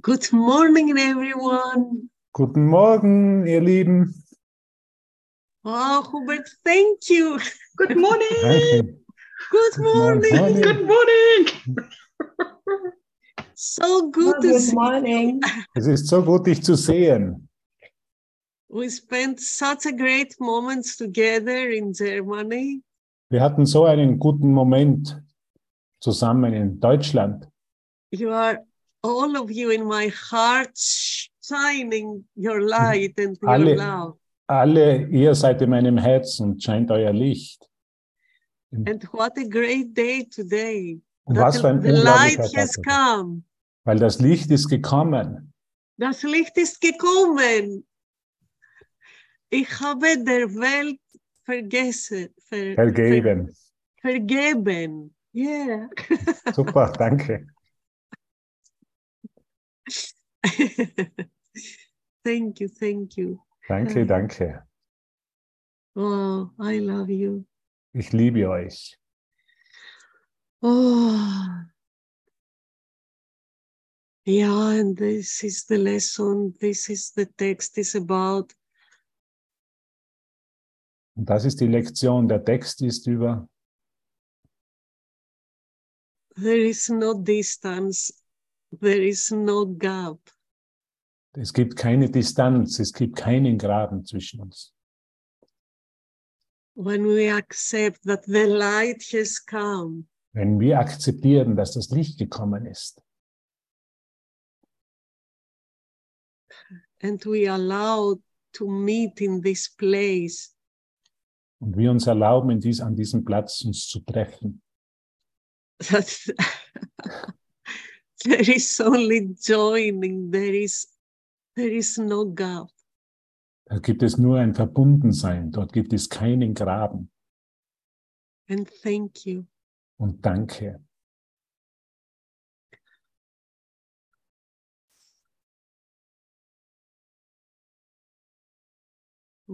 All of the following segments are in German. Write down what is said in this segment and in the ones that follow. Good morning, everyone. Guten Morgen, ihr Lieben. Oh, Hubert, thank you. Good morning. Danke. Good morning. morning. Good morning. So Well, good to see. morning. Es ist so gut, dich zu sehen. We spent such a great moments together in Germany. Wir hatten so einen guten Moment zusammen in Deutschland. You are all of you in my heart shining your light and your Alle. love. Alle, ihr seid in meinem Herzen, scheint euer Licht. And what a great day today. Und That was für ein the light unglaublicher has Tag. come. Weil das Licht ist gekommen. Das Licht ist gekommen. Ich habe der Welt vergessen. ver- Vergeben. ver- vergeben. Yeah. Super, danke. thank you, thank you. Danke, danke. Oh, I love you. Ich liebe euch. Oh. Yeah, and this is the lesson. This is the text is about. Und das ist die Lektion. Der Text ist über. There is no distance. There is no gap. Es gibt keine Distanz. Es gibt keinen Graben zwischen uns. When we accept that the light has come, Wenn wir akzeptieren, dass das Licht gekommen ist, and we allow to meet in this place und wir uns erlauben, in dies, an diesem Platz uns zu treffen, that there is only joining there is there is no gap da gibt es nur ein Verbundensein. Dort gibt es keinen Graben. and thank you Und danke.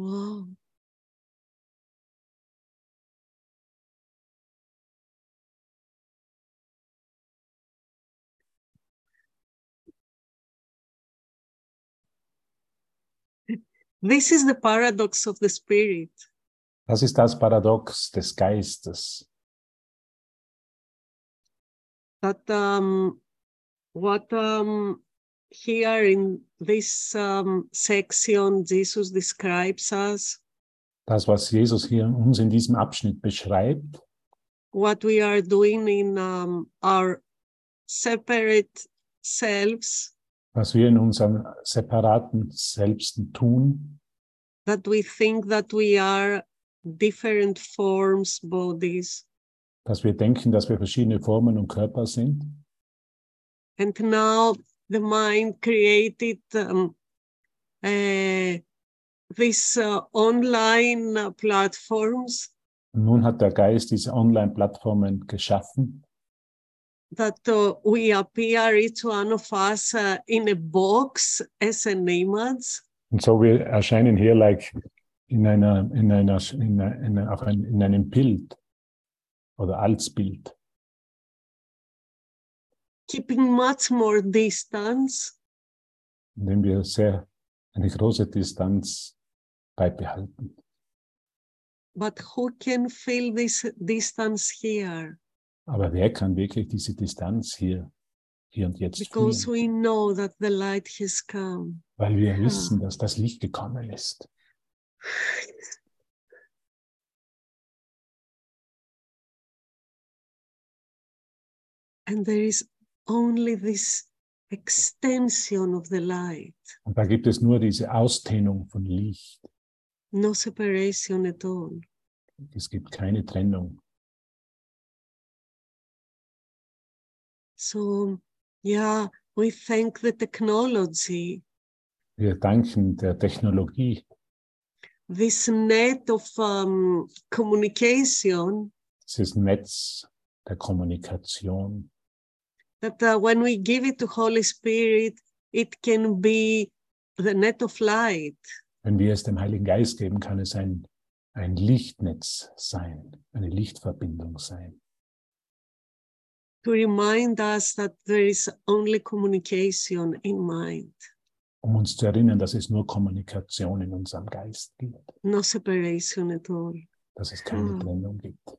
wow this is the paradox of the spirit Das ist das Paradox des Geistes. that um, what um, here in this um, section Jesus describes us, Das, was Jesus hier uns in diesem Abschnitt beschreibt, what we are doing in um, our separate selves, was wir in unserem separaten Selbsten tun, that we think that we are different forms, bodies, dass wir denken, dass wir verschiedene Formen und Körper sind. and now the mind created um, eh, this uh, online uh, platforms Und nun hat der Geist diese Online-Plattformen geschaffen, that uh, we appear each one of us uh, in a box as an image Und so wir erscheinen hier like in einer, in einer, in einer, in einer auf ein, in einem Bild oder als Bild, keeping much more distance indem wir sehr eine große Distanz beibehalten. but who can feel this distance here Aber wer kann wirklich diese Distanz hier, hier und jetzt because fühlen? we know that the light has come Weil wir wissen, dass das Licht gekommen ist. and there is only this extension of the light Und da gibt es nur diese Ausdehnung von Licht. no separation at all Es gibt keine Trennung. so yeah we thank the technology Wir danken der Technologie, this net of um, communication dieses Netz der Kommunikation, that uh, when we give it to holy spirit it can be the net of light Wenn wir es dem Heiligen Geist geben, kann es ein, ein Lichtnetz sein, eine Lichtverbindung sein. to remind us that there is only communication in mind, um uns zu erinnern, dass es nur Kommunikation in unserem Geist gibt, no separation at all. dass es keine Mhm. Trennung gibt.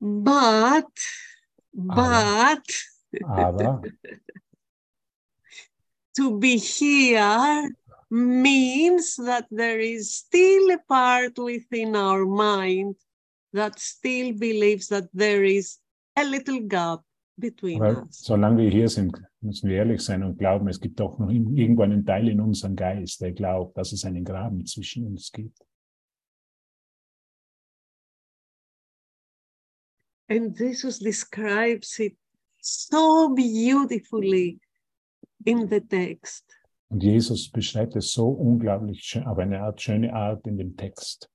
But, but Aber to be here means that there is still a part within our mind that still believes that there is a little gap between Weil us. solange wir hier sind, müssen wir ehrlich sein und glauben, es gibt auch noch in- irgendwo einen Teil in unserem Geist, der glaubt, dass es einen Graben zwischen uns gibt. And Jesus describes it so beautifully in the text. Und Jesus beschreibt es so unglaublich schön, aber eine Art schöne Art in dem Text.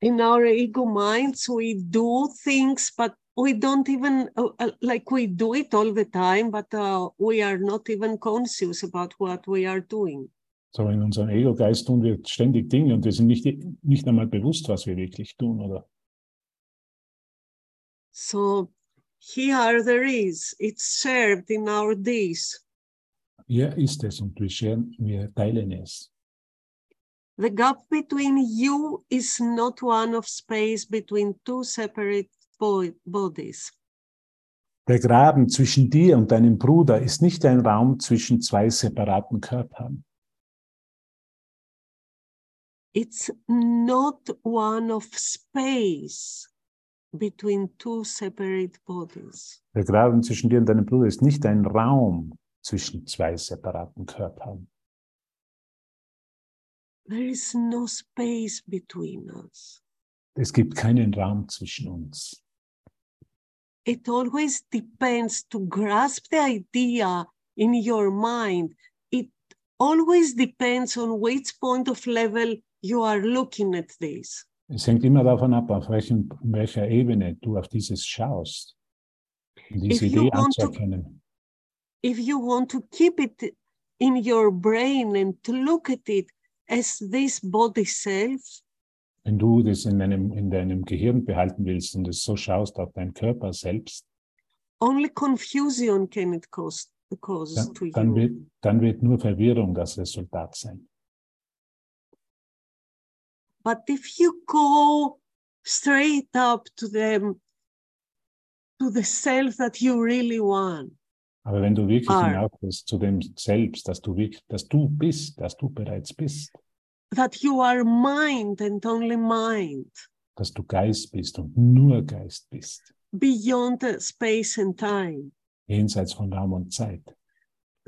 In our ego minds, we do things, but we don't even, uh, uh, like we do it all the time, but uh, we are not even conscious about what we are doing. So in unserem Ego-Geist tun wir ständig Dinge und wir sind nicht, nicht einmal bewusst, was wir wirklich tun, oder? So here there is, it's served in our days. Er ist es und wir, scheren, wir teilen es. The gap between you is not one of space between two separate bo- bodies. Der Graben zwischen dir und deinem Bruder ist nicht ein Raum zwischen zwei separaten Körpern. it's not one of space between two separate bodies. Der Graben zwischen dir und deinem Bruder ist nicht ein Raum zwischen zwei separaten Körpern. There is no space between us. Es gibt keinen Raum zwischen uns. It always depends to grasp the idea in your mind. It always depends on which point of level you are looking at this. Es hängt immer davon ab, auf welchen, welcher Ebene du auf dieses schaust, um diese If you Idee want to- anzuerkennen. if you want to keep it in your brain and to look at it as this body self, Wenn du das in deinem, in deinem Gehirn behalten willst und es so schaust auf deinen Körper selbst, only confusion can it cause, cause Dann- to dann you. wird- dann wird nur Verwirrung das Resultat sein. But if you go straight up to them, to the self that you really want, Aber wenn du wirklich Ah. hinaufgehst zu dem Selbst, dass du, wirk- dass du bist, dass du bereits bist, that you are mind and only mind, dass du Geist bist und nur Geist bist, beyond uh, space and time, jenseits von Raum und Zeit,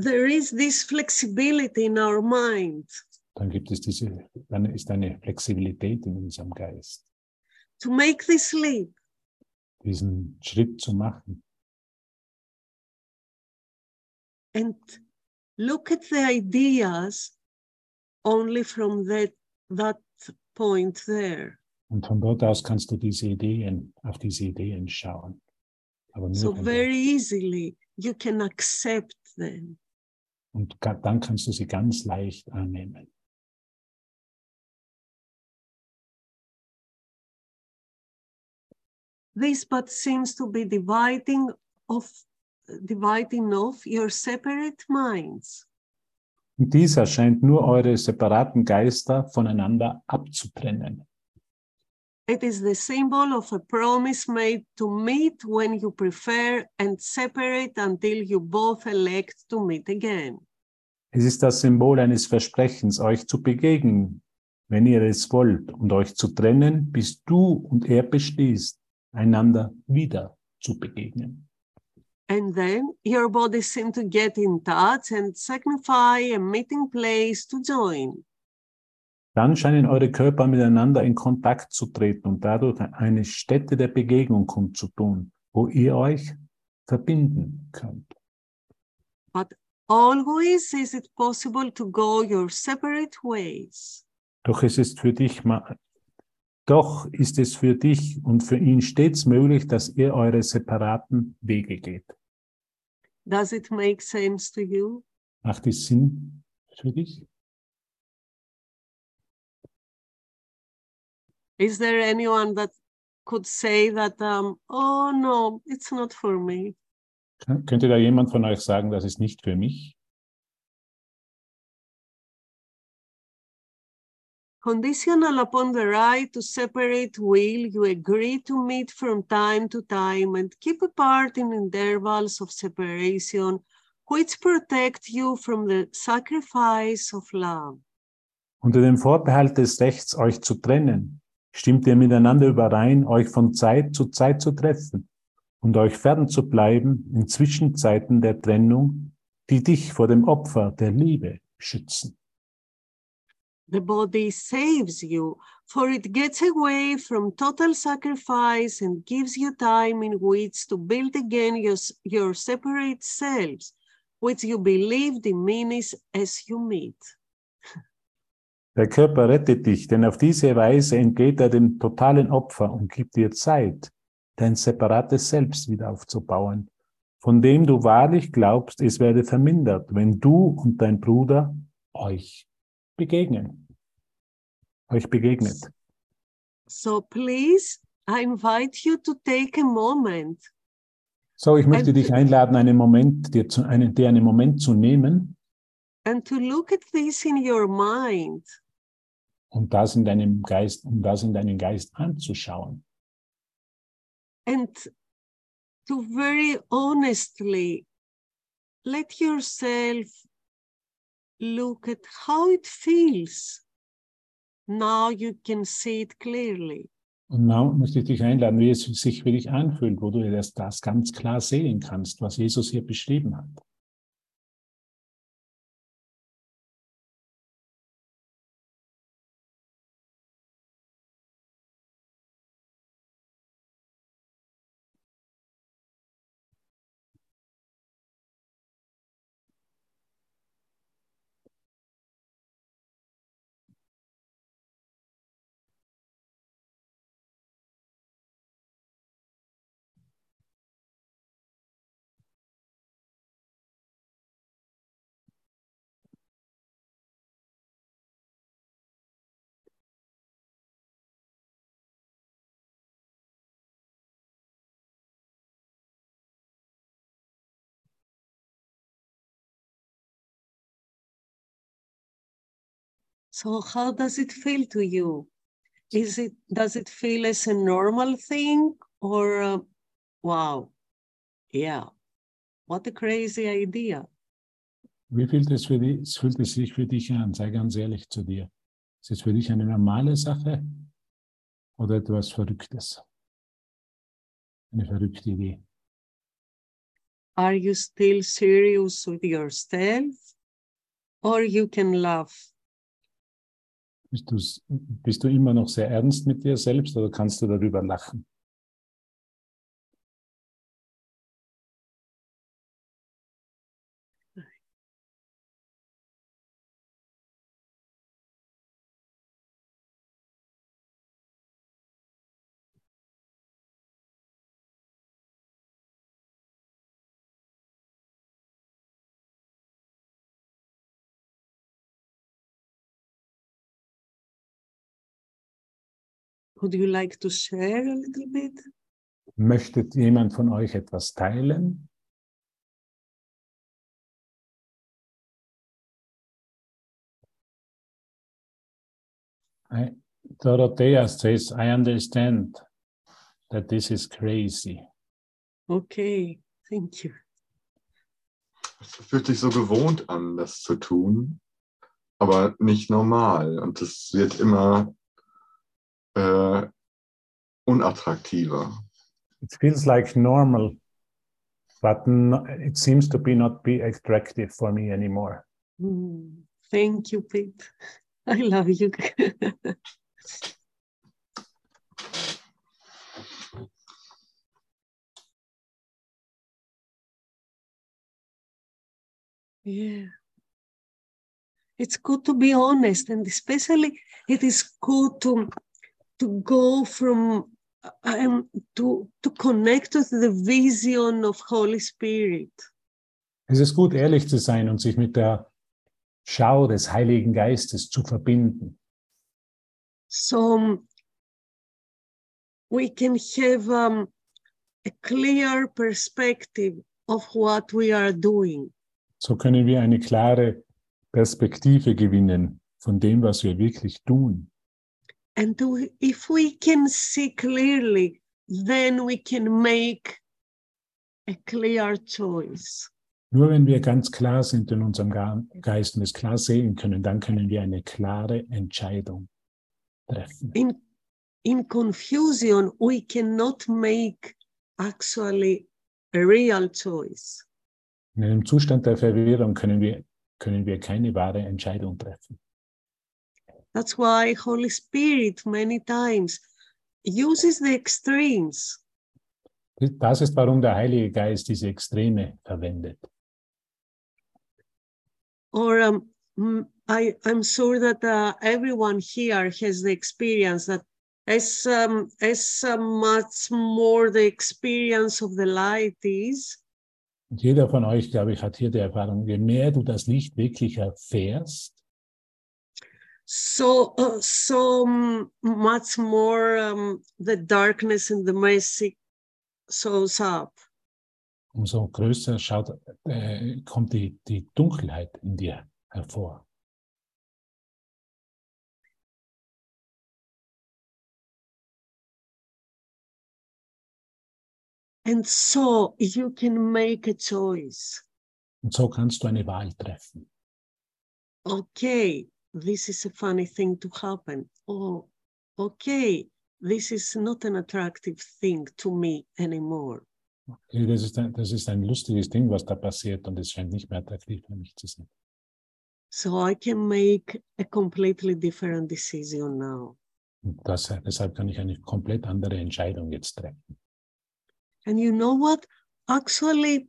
there is this flexibility in our mind dann gibt es diese, dann ist eine Flexibilität in unserem Geist, to make this leap. diesen Schritt zu machen and look at the ideas only from that that point there Und von dort aus kannst du diese Ideen, auf diese Ideen schauen. Aber nur so von very easily you can accept them dort. Und ga- dann kannst du sie ganz leicht annehmen. this but seems to be dividing of dividing off your separate minds Und dieser scheint nur eure separaten Geister voneinander abzutrennen. it is the symbol of a promise made to meet when you prefer and separate until you both elect to meet again Es ist das Symbol eines Versprechens, euch zu begegnen, wenn ihr es wollt, und euch zu trennen, bis du und er beschließt, einander wieder zu begegnen. And then your body seems to get in touch and signify a meeting place to join. Dann scheinen eure Körper miteinander in Kontakt zu treten und dadurch eine Stätte der Begegnung kundzutun, wo ihr euch verbinden könnt. Always is it possible to go your separate ways. Doch es ist für dich, ma- doch ist es für dich und für ihn stets möglich, dass ihr eure separaten Wege geht. Does it make sense to you? Macht es Sinn für dich? Is there anyone that could say that, um, oh no, it's not for me. Könnte da jemand von euch sagen, das ist nicht für mich? Conditional upon the right to separate will, you agree to meet from time to time and keep apart in intervals of separation, which protect you from the sacrifice of love. Unter dem Vorbehalt des Rechts, euch zu trennen, stimmt ihr miteinander überein, euch von Zeit zu Zeit zu treffen und euch fern zu bleiben in Zwischenzeiten der Trennung, die dich vor dem Opfer der Liebe schützen. The body saves you, for it gets away from total sacrifice and gives you time in which to build again your, your separate selves, which you believe diminish as you meet. Der Körper rettet dich, denn auf diese Weise entgeht er dem totalen Opfer und gibt dir Zeit, dein separates Selbst wieder aufzubauen, von dem du wahrlich glaubst, es werde vermindert, wenn du und dein Bruder euch begegnen. Euch begegnet. So please, I invite you to take a moment So, ich möchte Ein- dich einladen, einen Moment, dir, zu, einen, dir einen Moment zu nehmen and to look at this in your mind und das in deinem Geist, um das in deinen Geist anzuschauen. and to very honestly let yourself look at how it feels. Now you can see it clearly. Und nun möchte ich dich einladen, wie es sich für dich anfühlt, wo du das, das ganz klar sehen kannst, was Jesus hier beschrieben hat. So how does it feel to you? Is it does it feel as a normal thing or uh, wow? Yeah. What a crazy idea. Wie fühlt es, für dich, fühlt es sich für dich an? Sei ganz ehrlich zu dir. Ist es für dich eine normale Sache oder etwas Verrücktes? Eine verrückte Idee. Are you still serious with yourself? Or you can laugh. Bist, du's- bist du immer noch sehr ernst mit dir selbst oder kannst du darüber lachen? Would you like to share a little bit? Möchte jemand von euch etwas teilen? I, Dorothea says, I understand that this is crazy. Okay, thank you. Es fühlt sich so gewohnt an, das zu tun, aber nicht normal. Und das wird immer äh, unattraktiver. It feels like normal, but no, it seems to be not be attractive for me anymore. Mm, Thank you, Pete. I love you. yeah. It's good to be honest, and especially it is good to to go from um, to to connect with the vision of Holy Spirit. Es ist gut, ehrlich zu sein und sich mit der Schau des Heiligen Geistes zu verbinden. So um, we can have um, a clear perspective of what we are doing. So können wir eine klare Perspektive gewinnen von dem, was wir wirklich tun. And to, if we can see clearly, then we can make a clear choice. Nur wenn wir ganz klar sind in unserem Ga- Geist und es klar sehen können, dann können wir eine klare Entscheidung treffen. In, in confusion, we cannot make actually a real choice. In einem Zustand der Verwirrung können wir, können wir keine wahre Entscheidung treffen. That's why Holy Spirit many times uses the extremes Das ist, warum der Heilige Geist diese Extreme verwendet. or um, mm, I, I'm sure that uh, everyone here has the experience that as um, as uh, much more the experience of the light is, Und jeder von euch, glaube ich, hat hier die Erfahrung, je mehr du das Licht wirklich erfährst, so uh, so mm, much more um, the darkness and the mercy shows up. umso größer schaut, äh, kommt die, die Dunkelheit in dir hervor. And so you can make a choice. Und so kannst du eine Wahl treffen. Okay, this is a funny thing to happen. Oh, okay, this is not an attractive thing to me anymore. Okay, Äh, Das ist, ein, das ist ein lustiges Ding, was da passiert und es scheint nicht mehr attraktiv für mich zu sein. So I can make a completely different decision now. Und das, deshalb kann ich eine komplett andere Entscheidung jetzt treffen. And you know what? Actually,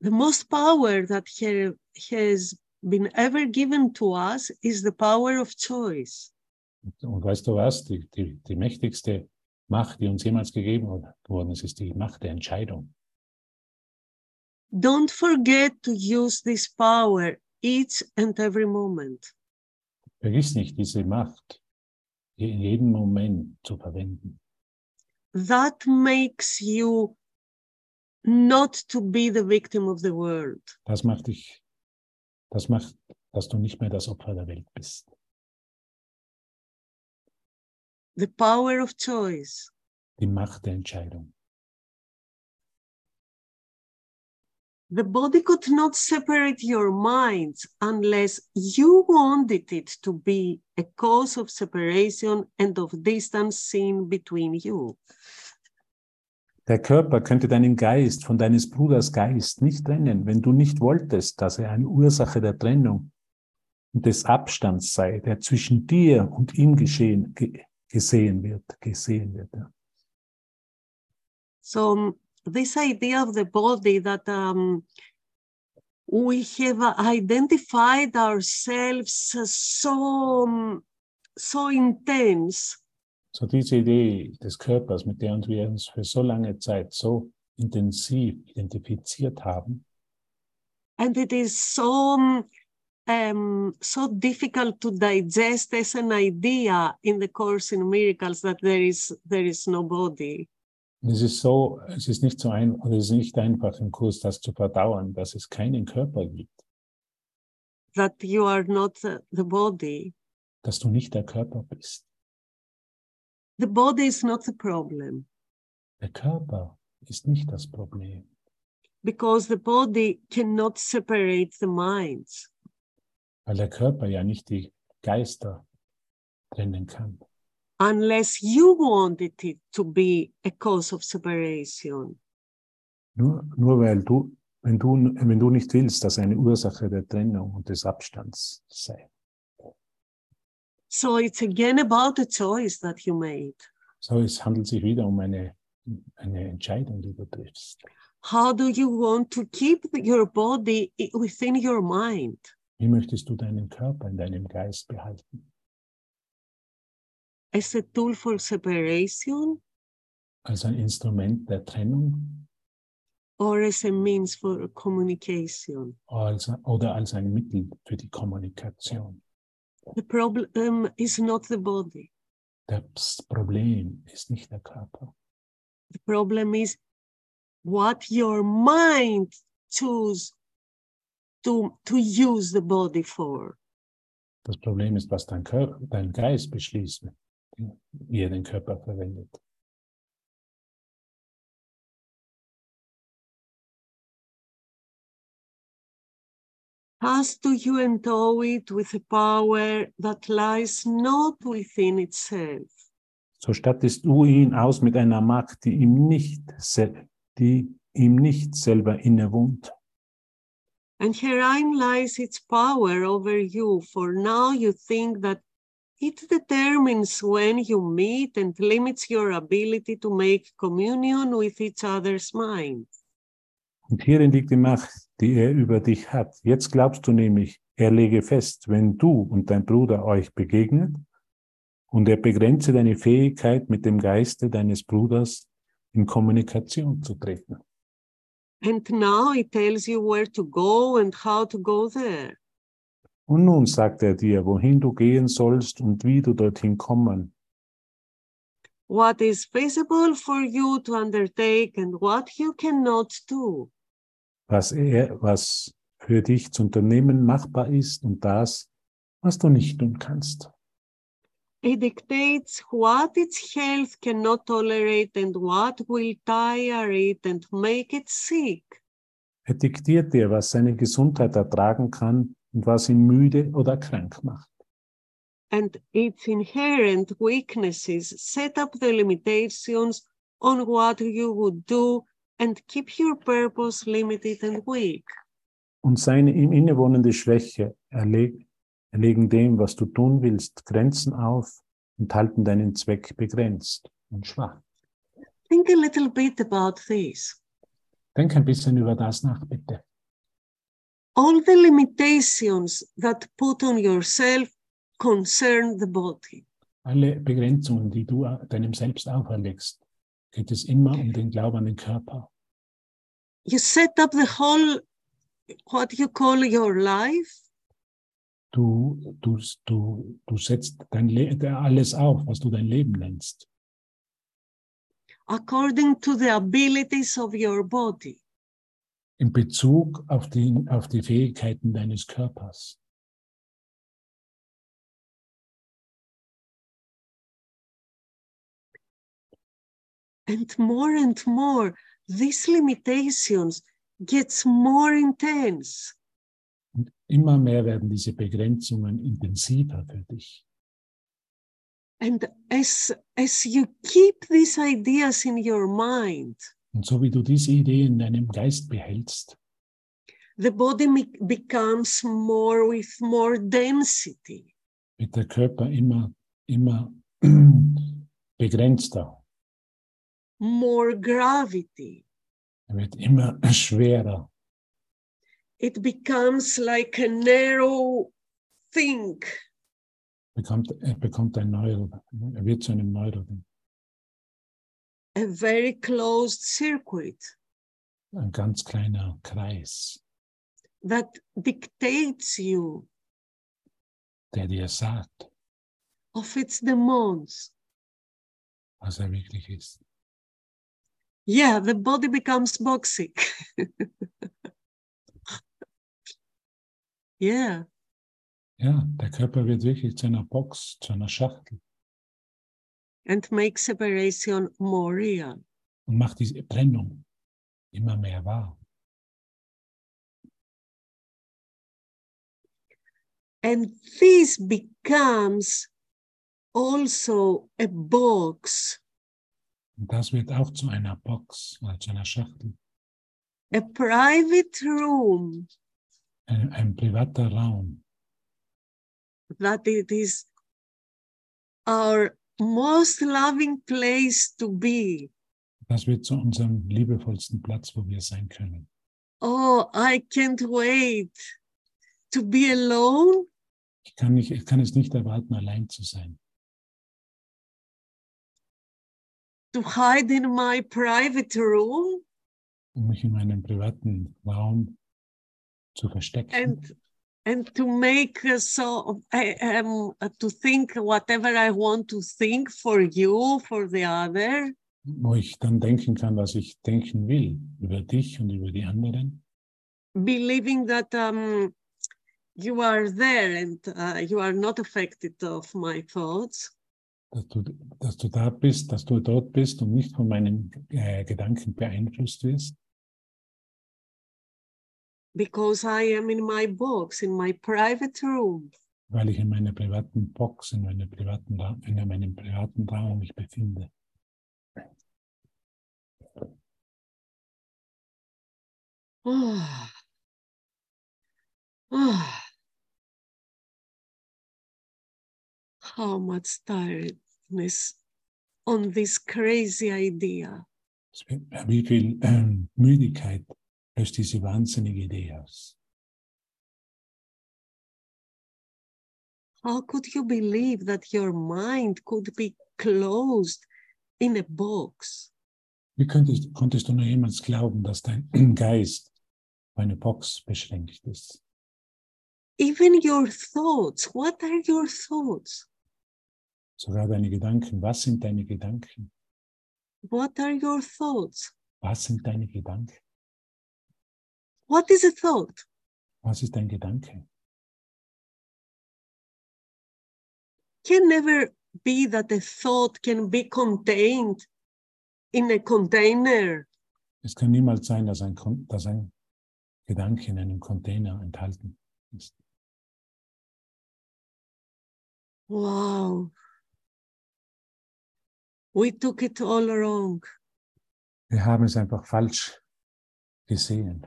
the most power that ha- has been ever given to us is the power of choice. Und weißt du was? Die, die, die mächtigste Macht, die uns jemals gegeben worden ist, ist die Macht der Entscheidung. Don't forget to use this power each and every moment. Vergiss nicht, diese Macht in jedem Moment zu verwenden. that makes you not to be the victim of the world. Das macht dich, das macht, dass du nicht mehr das Opfer der Welt bist. The power of choice. Die Macht der Entscheidung. The body could not separate your minds unless you wanted it to be a cause of separation and of distance seen between you. Der Körper könnte deinen Geist von deines Bruders Geist nicht trennen, wenn du nicht wolltest, dass er eine Ursache der Trennung und des Abstands sei, der zwischen dir und ihm geschehen, ge gesehen wird, gesehen wird. Ja. So um, this idea of the body that um, we have uh, identified ourselves as so um, so intense So diese Idee des Körpers, mit der uns wir uns für so lange Zeit so intensiv identifiziert haben, and it is so um, um, so difficult to digest as an idea in the course in miracles that there is there is no body und es ist so, es ist nicht so ein, und es ist nicht einfach im Kurs, das zu verdauern, dass es keinen Körper gibt, that you are not the, the body dass du nicht der Körper bist. the body is not the problem Der Körper ist nicht das Problem, because the body cannot separate the minds weil der Körper ja nicht die Geister trennen kann, unless you wanted it to be a cause of separation nur, nur weil du, wenn du, wenn du nicht willst, dass er eine Ursache der Trennung und des Abstands sei. so it's again about a choice that you made So, es handelt sich wieder um eine, eine Entscheidung, die du triffst. how do you want to keep your body i- within your mind? Wie möchtest du deinen Körper in deinem Geist behalten? As a tool for separation Als ein Instrument der Trennung or as a means for communication? als, oder als ein Mittel für die Kommunikation? The problem is not the body. Das Problem ist nicht der Körper. The problem is what your mind choose to, to use the body for. Das Problem ist, was dein, Körper, dein Geist beschließt, wie er den Körper verwendet. Thus do you endow it with a power that lies not within itself, So stattest du ihn aus mit einer Macht, die ihm nicht, sel- die ihm nicht selber innewohnt. and herein lies its power over you, for now you think that it determines when you meet and limits your ability to make communion with each other's mind. Und hierin liegt die Macht, die er über dich hat. Jetzt glaubst du nämlich, er lege fest, wenn du und dein Bruder euch begegnet, und er begrenze deine Fähigkeit, mit dem Geiste deines Bruders in Kommunikation zu treten. And now it tells you where to go and how to go there. Und nun sagt er dir, wohin du gehen sollst und wie du dorthin kommen. what is feasible for you to undertake and what you cannot do. was er, was für dich zu unternehmen machbar ist und das, was du nicht tun kannst. It dictates what its health cannot tolerate and what will tire it and make it sick. Er diktiert dir, was seine Gesundheit ertragen kann und was ihn müde oder krank macht. And its inherent weaknesses set up the limitations on what you would do and keep your purpose limited and weak. Und seine ihm innewohnende Schwäche erleg, erlegen dem, was du tun willst, Grenzen auf und halten deinen Zweck begrenzt und schwach. Think a little bit about this. Denk ein bisschen über das nach, bitte. All the limitations that put on yourself concern the body. Alle Begrenzungen, die du äh, deinem Selbst auferlegst, geht es immer um den Glauben an den Körper. you set up the whole what you call your life du, du, du, du setzt dein Le alles auf, was du dein Leben nennst, according to the abilities of your body in Bezug auf die, auf die Fähigkeiten deines Körpers. and more and more these limitations gets more intense Und immer mehr werden diese Begrenzungen intensiver für dich. and as as you keep these ideas in your mind Und so wie du diese Idee in deinem Geist behältst, the body me- becomes more with more density wird der Körper immer, immer begrenzter. more gravity Er wird immer schwerer. it becomes like a narrow thing Bekommt, er bekommt ein Neuroding. Er wird zu einem Neuroding. a very closed circuit Ein ganz kleiner Kreis, that dictates you der dir sagt, of its demands. was er wirklich ist. Yeah, the body becomes boxic. yeah, Ja, der Körper wird wirklich zu einer Box, zu einer Schachtel and makes separation more real. und macht diese Trennung immer mehr wahr. And this becomes also a box, Und das wird auch zu einer Box, also zu einer Schachtel, a private room ein, ein privater Raum, that it is our most loving place to be. das wird zu unserem liebevollsten Platz, wo wir sein können. Oh, I can't wait to be alone Ich kann, nicht, ich kann es nicht erwarten, allein zu sein, to hide in my private room Ähm. um mich in meinem privaten Raum zu verstecken and and to make uh, so I um, uh, to think whatever I want to think for you, for the other. wo ich dann denken kann, was ich denken will, über dich und über die anderen. believing that um, you are there and uh, you are not affected of my thoughts. Dass du, dass du da bist, dass du dort bist und nicht von meinen äh, Gedanken beeinflusst wirst, Because I am in my box, in my private room, weil ich in meiner privaten Box, in, meiner privaten, Ra- in meinem privaten Raum mich befinde. Ah. Ah. How much tiredness on this crazy idea. Es wird- Wie viel ähm, Müdigkeit löst diese wahnsinnige Idee aus? How could you believe that your mind could be closed in a box? Wie könntest, konntest du nur jemals glauben, dass dein Geist auf eine Box beschränkt ist? Even your thoughts, what are your thoughts? Sogar deine Gedanken. Was sind deine Gedanken? What are your thoughts? Was sind deine Gedanken? What is a thought? Was ist dein Gedanke? Can never be that a thought can be contained in a container. Es kann niemals sein, dass ein, Kon- dass ein Gedanke in einem Container enthalten ist. Wow. We took it all wrong. Wir haben es einfach falsch gesehen.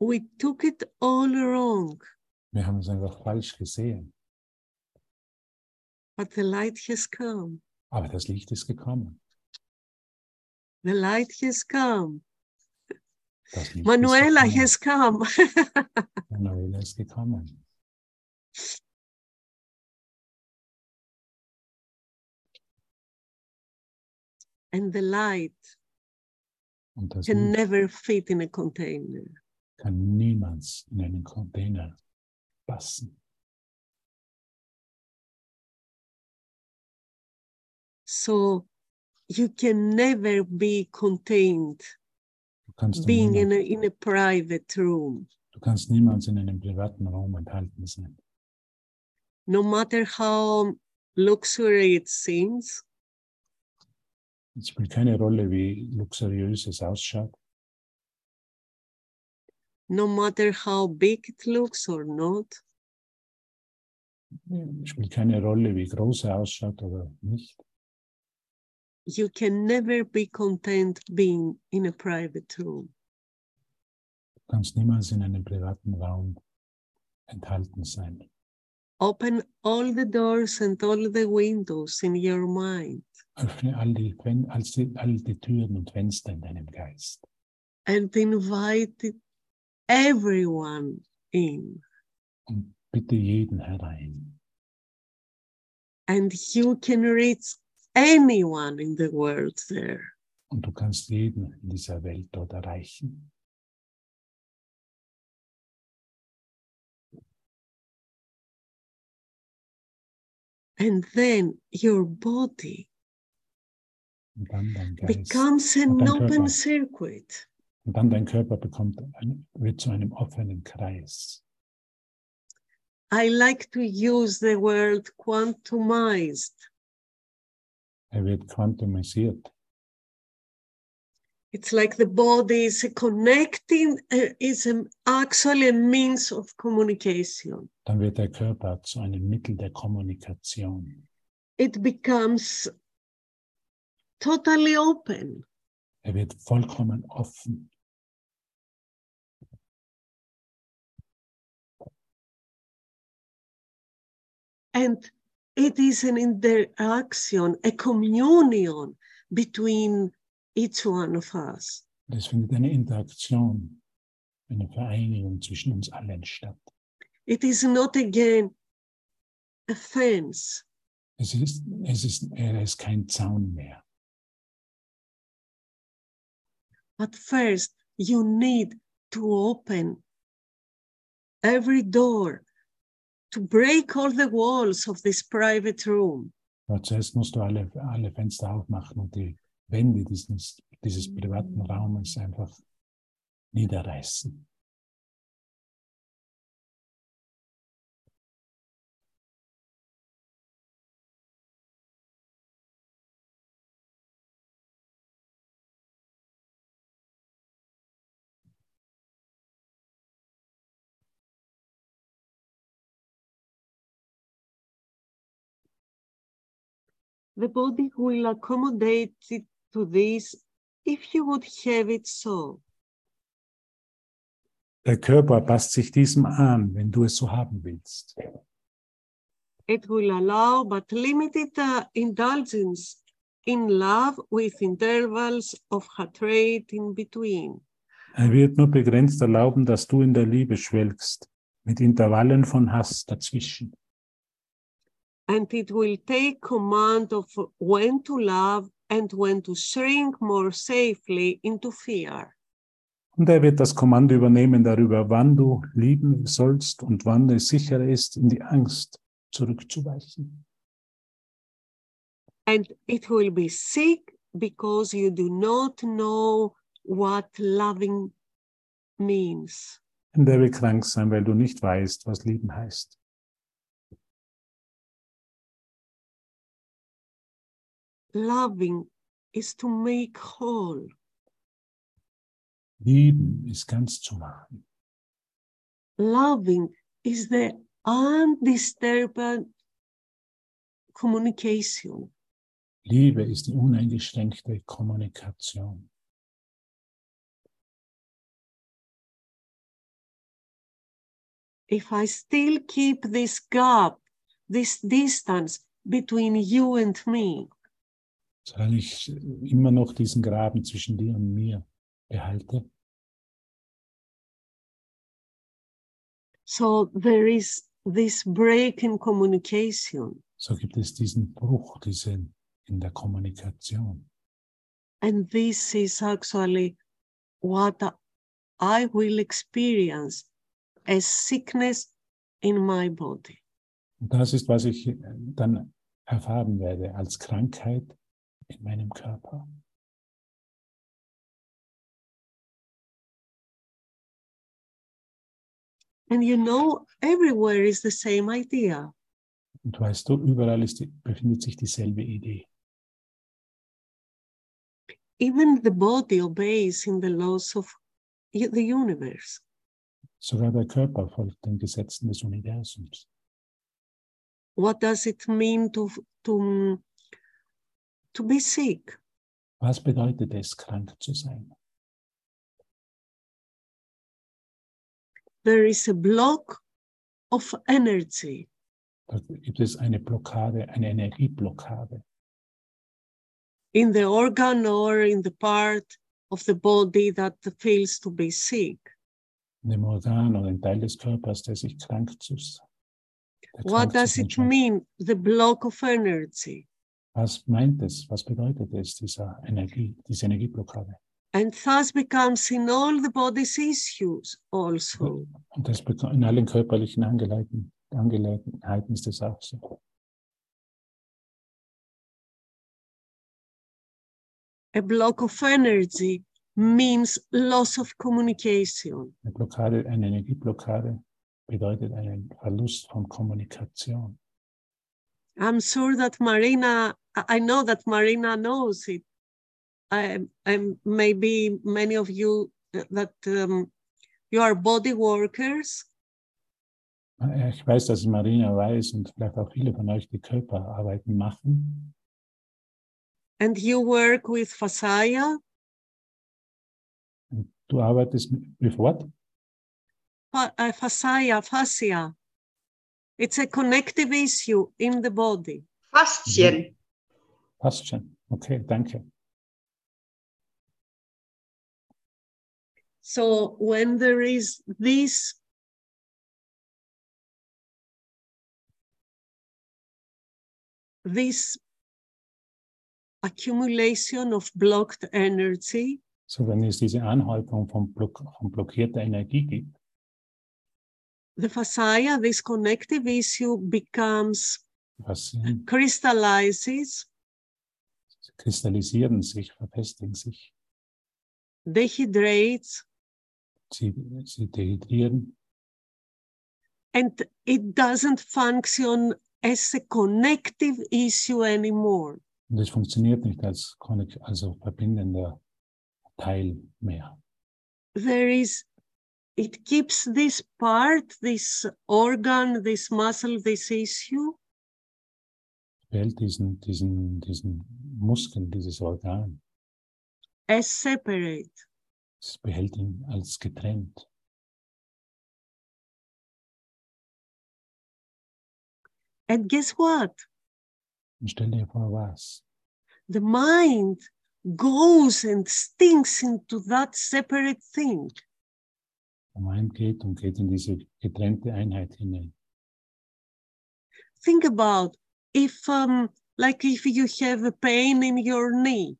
We took it all wrong. Wir haben es einfach falsch gesehen. But the light has come. Aber das Licht ist gekommen. The light has come. Das Licht Manuela ist gekommen. has come. Manuela ist gekommen. and the light Und das can Licht never fit in a container. kann niemals in einen Container passen. So you can never be contained. Du kannst, being in niemals, a, in a private room, du kannst niemals in einem privaten Raum enthalten sein. no matter how luxury it seems, Es spielt keine Rolle, wie luxuriös es ausschaut, no matter how big it looks or not, Es spielt keine Rolle, wie groß er ausschaut oder nicht. you can never be content being in a private room. Du kannst niemals in einem privaten Raum enthalten sein. Open all the doors and all the windows in your mind Öffne all die, Fen- all die, all die Türen und Fenster in deinem Geist and invite everyone in, und bitte jeden herein. and you can reach anyone in the world there. Und du kannst jeden in dieser Welt dort erreichen. And then your body Und dann dein Geist. becomes an Thank you, open Eva. circuit. Und dann dein Körper bekommt ein, wird zu einem offenen Kreis. I like to use the word quantumized. Er wird quantumisiert. It's like the body is a connecting, uh, is an, actually a means of communication. Dann wird der Körper zu einem Mittel der Kommunikation. It becomes totally open. Er wird vollkommen offen. And it is an interaction, a communion between each one of us. Und Es findet eine Interaktion, eine Vereinigung zwischen uns allen statt. It is not, again, a fence. Es ist, es ist, er ist kein Zaun mehr. But first, you need to open every door to break all the walls of this private room. Aber zuerst musst du alle, alle Fenster aufmachen und die Wände dieses, dieses privaten Raumes einfach niederreißen. The body will accommodate it to this if you would have it so. Der Körper passt sich diesem an, wenn du es so haben willst. It will allow but limited uh, indulgence in love with intervals of hatred in between. Er wird nur begrenzt erlauben, dass du in der Liebe schwelgst, mit Intervallen von Hass dazwischen. And it will take command of when to love and when to shrink more safely into fear. Und er wird das Kommando übernehmen darüber, wann du lieben sollst und wann es sicher ist, in die Angst zurückzuweichen. And it will be sick because you do not know what loving means. Und er wird krank sein, weil du nicht weißt, was Lieben heißt. Loving is to make whole. Lieben ist ganz zu machen. Loving is the undisturbed communication. Liebe ist die uneingeschränkte Kommunikation. If I still keep this gap, this distance between you and me, Solange ich immer noch diesen Graben zwischen dir und mir behalte, so there is this break in communication. so gibt es diesen Bruch, diesen in der Kommunikation. And this is actually what I will experience as sickness in my body. Und das ist, was ich äh, dann erfahren werde als Krankheit in meinem Körper. And you know, everywhere is the same idea. Und weißt du, überall ist die, befindet sich dieselbe Idee. Even the body obeys in the laws of y- the universe. Sogar der Körper folgt den Gesetzen des Universums. What does it mean to, to, to be sick? Was bedeutet es, krank zu sein? There is a block of energy. Da gibt es eine Blockade, eine Energieblockade in the organ or in the part of the body that feels to be sick. in dem Organ oder ein Teil des Körpers, der sich krank zu der What krank zu does sein it scheint. mean, the block of energy? Was meint es? Was bedeutet es, dieser Energie, diese Energieblockade? And thus becomes in all the body's issues also. Und das bek- in allen körperlichen Angeleiten- Angelegenheiten ist es auch so. A block of energy means loss of communication. Eine Blockade, eine Energieblockade bedeutet einen Verlust von Kommunikation. I'm sure that Marina, I I know that Marina knows it. I, and maybe many of you uh, that um, you are body workers Ich weiß, dass Marina weiß und vielleicht auch viele von euch, die Körperarbeiten machen. and you work with fascia. Du arbeitest mit, with what? fa- uh, fascia, fascia. It's a connective issue in the body. Faszien. Passt schon. Okay, danke. So when there is this this accumulation of blocked energy, So, wenn es diese Anhäufung von, Block, von blockierter Energie gibt, the fascia, this connective issue becomes, Was sie- crystallizes, sie kristallisieren sich, verfestigen sich, dehydrates, sie, sie dehydrieren. and it doesn't function as a connective issue anymore. Und es funktioniert nicht als, konnek- also verbindender Teil mehr. There is, it keeps this part, this organ, this muscle, this issue, Behält diesen, diesen, diesen Muskel, dieses Organ, as separate. es behält ihn als getrennt. And guess what? Und stell dir vor, was? The mind goes and stinks into that separate thing. Der Mind geht und geht in diese getrennte Einheit hinein. Think about if, um, like, if you have a pain in your knee,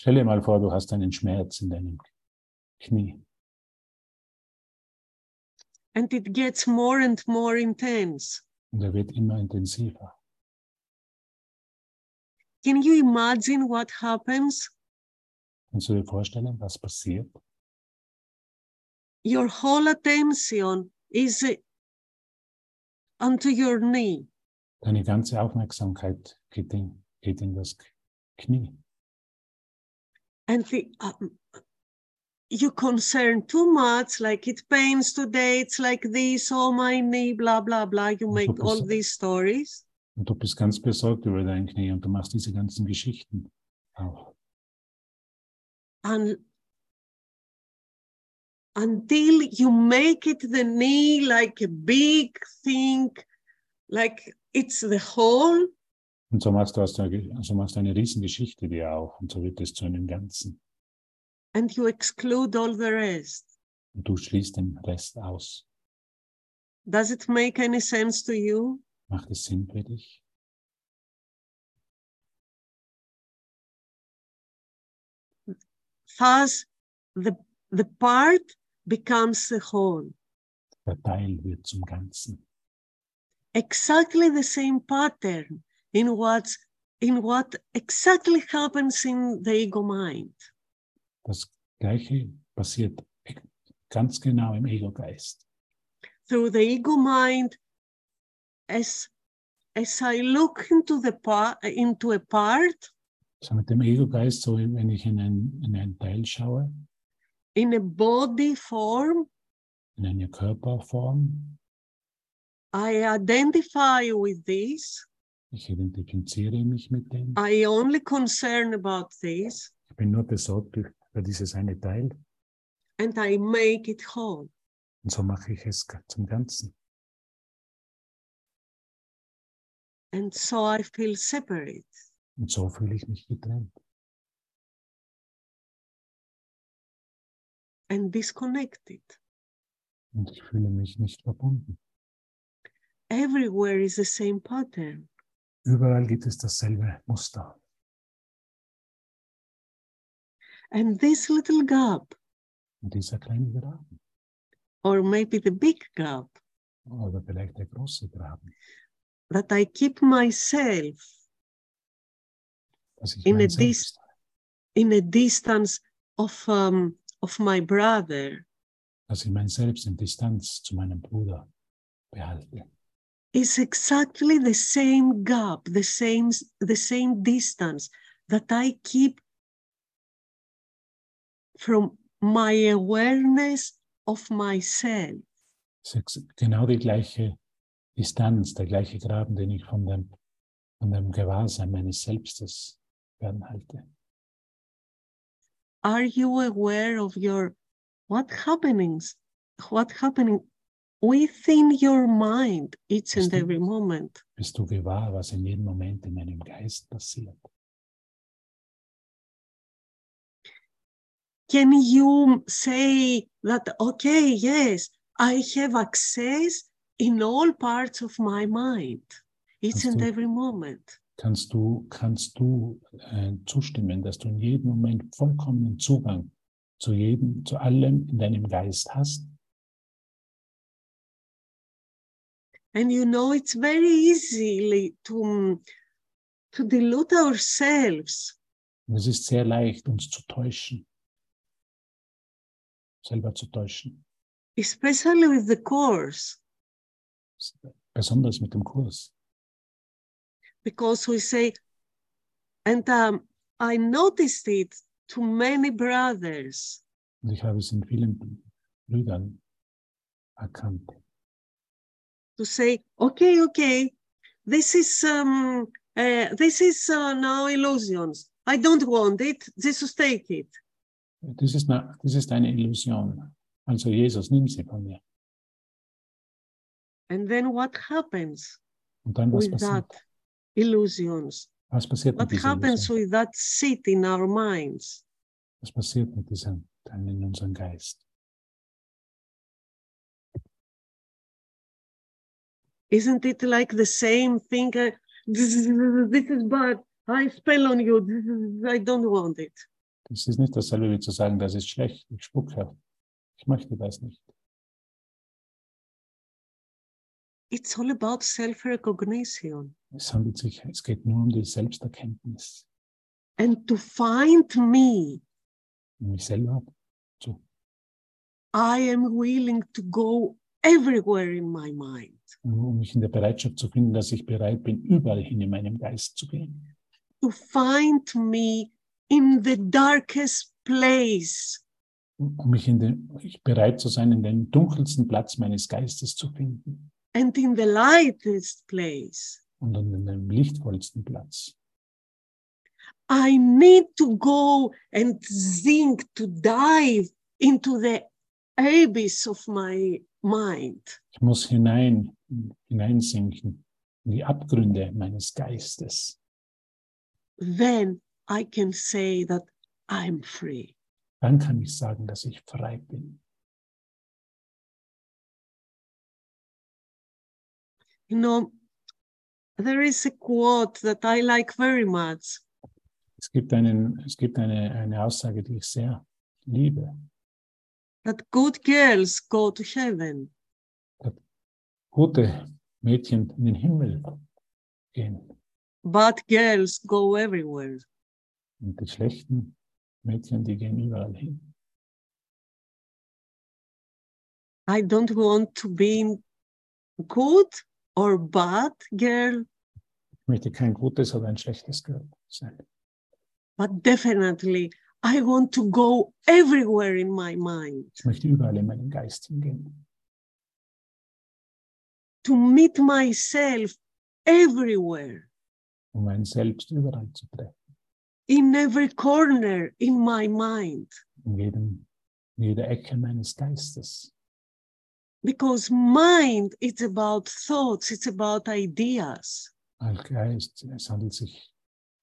Stell dir mal vor, du hast einen Schmerz in deinem Knie and it gets more and more intense. und er wird immer intensiver. Can you imagine what happens? Kannst du dir vorstellen, was passiert? Your whole attention is uh, onto your knee. Deine ganze Aufmerksamkeit geht in, geht in das Knie. And the, um, you concern too much, like it pains today, it's like this, oh my knee, blah, blah, blah. You make all Focus. these stories. Und du bist ganz besorgt über dein Knie und du machst diese ganzen Geschichten auf. un- until you make it the knee like a big thing, like it's the whole, Und so machst du, aus der, Ge- so machst du eine Riesengeschichte dir auf und so wird es zu einem Ganzen. and you exclude all the rest. Und du schließt den Rest aus. Does it make any sense to you? Macht es Sinn für dich? Thus, the, the part becomes the whole. Der Teil wird zum Ganzen. Exactly the same pattern in what's in what exactly happens in the ego mind. Das Gleiche passiert e- ganz genau im Ego-Geist. through the ego mind as as I look into the part into a part So mit dem Ego-Geist, so wenn ich in einen, in einen Teil schaue, in a body form, in eine Körperform, I identify with this. ich identifiziere mich mit dem. I only concern about this Ich bin nur besorgt über dieses eine Teil and I make it whole. und so mache ich es ga- zum Ganzen. And so I feel separate. Und so fühle ich mich getrennt And disconnected. und ich fühle mich nicht verbunden. Everywhere is the same pattern. Überall gibt es dasselbe Muster. And this little gap, Und dieser kleine Graben or maybe the big gap, oder vielleicht der große Graben, that I keep myself dass ich In mein a Selbst, in a distance of um, of my brother dass ich mein Selbst in Distanz zu meinem Bruder behalte. is exactly the same gap the same the same distance that i keep from my awareness of myself Es ist genau die gleiche Distanz, der gleiche Graben, den ich von dem, von dem Gewahrsein meines Selbstes fernhalte. are you aware of your what happenings what happening within your mind each and Understood. every moment Bist du gewahr, was in jedem Moment in meinem Geist passiert? can you say that okay yes i have access in all parts of my mind each and Understood. every moment kannst du, kannst du äh, zustimmen, dass du in jedem Moment vollkommenen Zugang zu jedem, zu allem in deinem Geist hast? And you know, it's very easily to, mm, to delude ourselves. Und es ist sehr leicht, uns zu täuschen. Selber zu täuschen. especially with the course, Besonders mit dem Kurs. because we say, and um, I noticed it to many brothers, Und Also ich habe es in vielen Brüdern erkannt. to say, okay, okay, this is um, uh, this is uh, now illusions. I don't want it. Jesus, take it. Das ist, eine, das ist eine Illusion. Also Jesus, nimm sie von mir. And then what happens Und dann was with that passiert? illusions? Was passiert What mit dieser happens Illusion? with that seat in our minds? Was passiert mit diesem Teil in unserem Geist? Isn't it like the same thing? uh, This is, this is bad. I spell on you. This is- I don't want it. Das ist nicht dasselbe wie zu sagen, das ist schlecht, ich spucke. Ich möchte das nicht. It's all about self recognition Es handelt sich, es geht nur um die Selbsterkenntnis, and to find me. um mich selber. I am willing to go everywhere in my mind, Nur um mich in der Bereitschaft zu finden, dass ich bereit bin, überall hin in meinem Geist zu gehen. to find me in the darkest place, Um mich in den, ich bereit zu sein, in den dunkelsten Platz meines Geistes zu finden and in the lightest place. und in den lichtvollsten Platz. I need to go and sink, to dive into the abyss of my mind. Ich muss hinein, hineinsinken in die Abgründe meines Geistes. Then I can say that I'm free. Dann kann ich sagen, dass ich frei bin. You know, there is a quote that I like very much. Es gibt, einen, es gibt eine, eine Aussage, die ich sehr liebe. that good girls go to heaven. Gute Mädchen in den Himmel gehen Bad girls go everywhere. und die schlechten Mädchen, die gehen überall hin. I don't want to be good or bad girl, Ich möchte kein gutes oder ein schlechtes Gehirn sein. but definitely I want to go everywhere in my mind Ich möchte überall in meinen Geist hingehen, to meet myself everywhere, um mein Selbst überall zu treffen. in every corner in my mind, In, jedem, in jeder Ecke meines Geistes. because mind is about thoughts, it's about ideas. Als Geist, es handelt sich,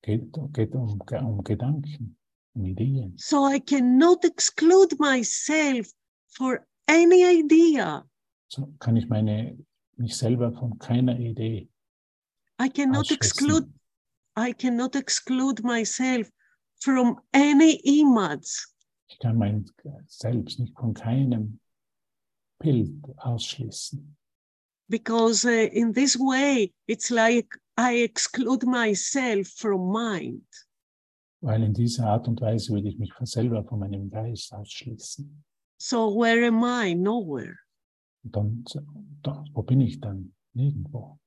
geht, geht um, um Gedanken, um Ideen. So I cannot exclude myself for any idea. So kann ich meine, mich selber von keiner Idee I Ah, cannot exclude ausschließen. I cannot exclude myself from any image. Ich kann mein Selbst nicht von keinem Bild ausschließen. Because uh, in this way, it's like I exclude myself from mind. Weil in dieser Art und Weise würde ich mich von selber von meinem Geist ausschließen. So where am I? Nowhere. Und dann, da, wo bin ich dann? Nirgendwo.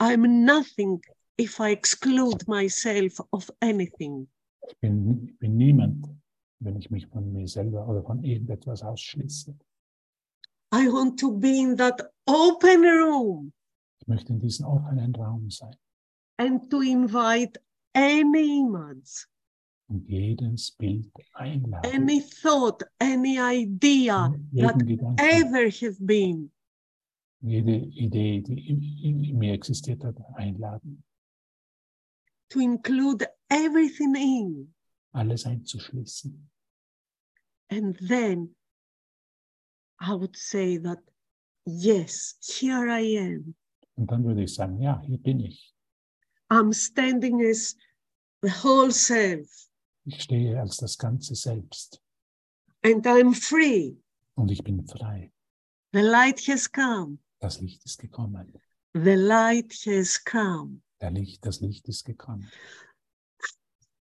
I'm nothing if I exclude myself of anything. Ich bin, ich bin niemand, wenn ich mich von mir selber oder von irgendetwas ausschließe. I want to be in that open room Ich möchte in diesem offenen Raum sein and to invite any image, und jedes Bild einladen. any thought, any idea Jeden Gedanken, ever have been. jede Idee, die in, in, in mir existiert hat, einladen. to include everything in, Alles einzuschließen. and then I would say that, yes, here I am. Und dann würde ich sagen, ja, hier bin ich. I'm standing as the whole self, Ich stehe als das ganze Selbst and I'm free. und ich bin frei. The light has come. Das Licht ist gekommen. The light has come. Der Licht, das Licht ist gekommen.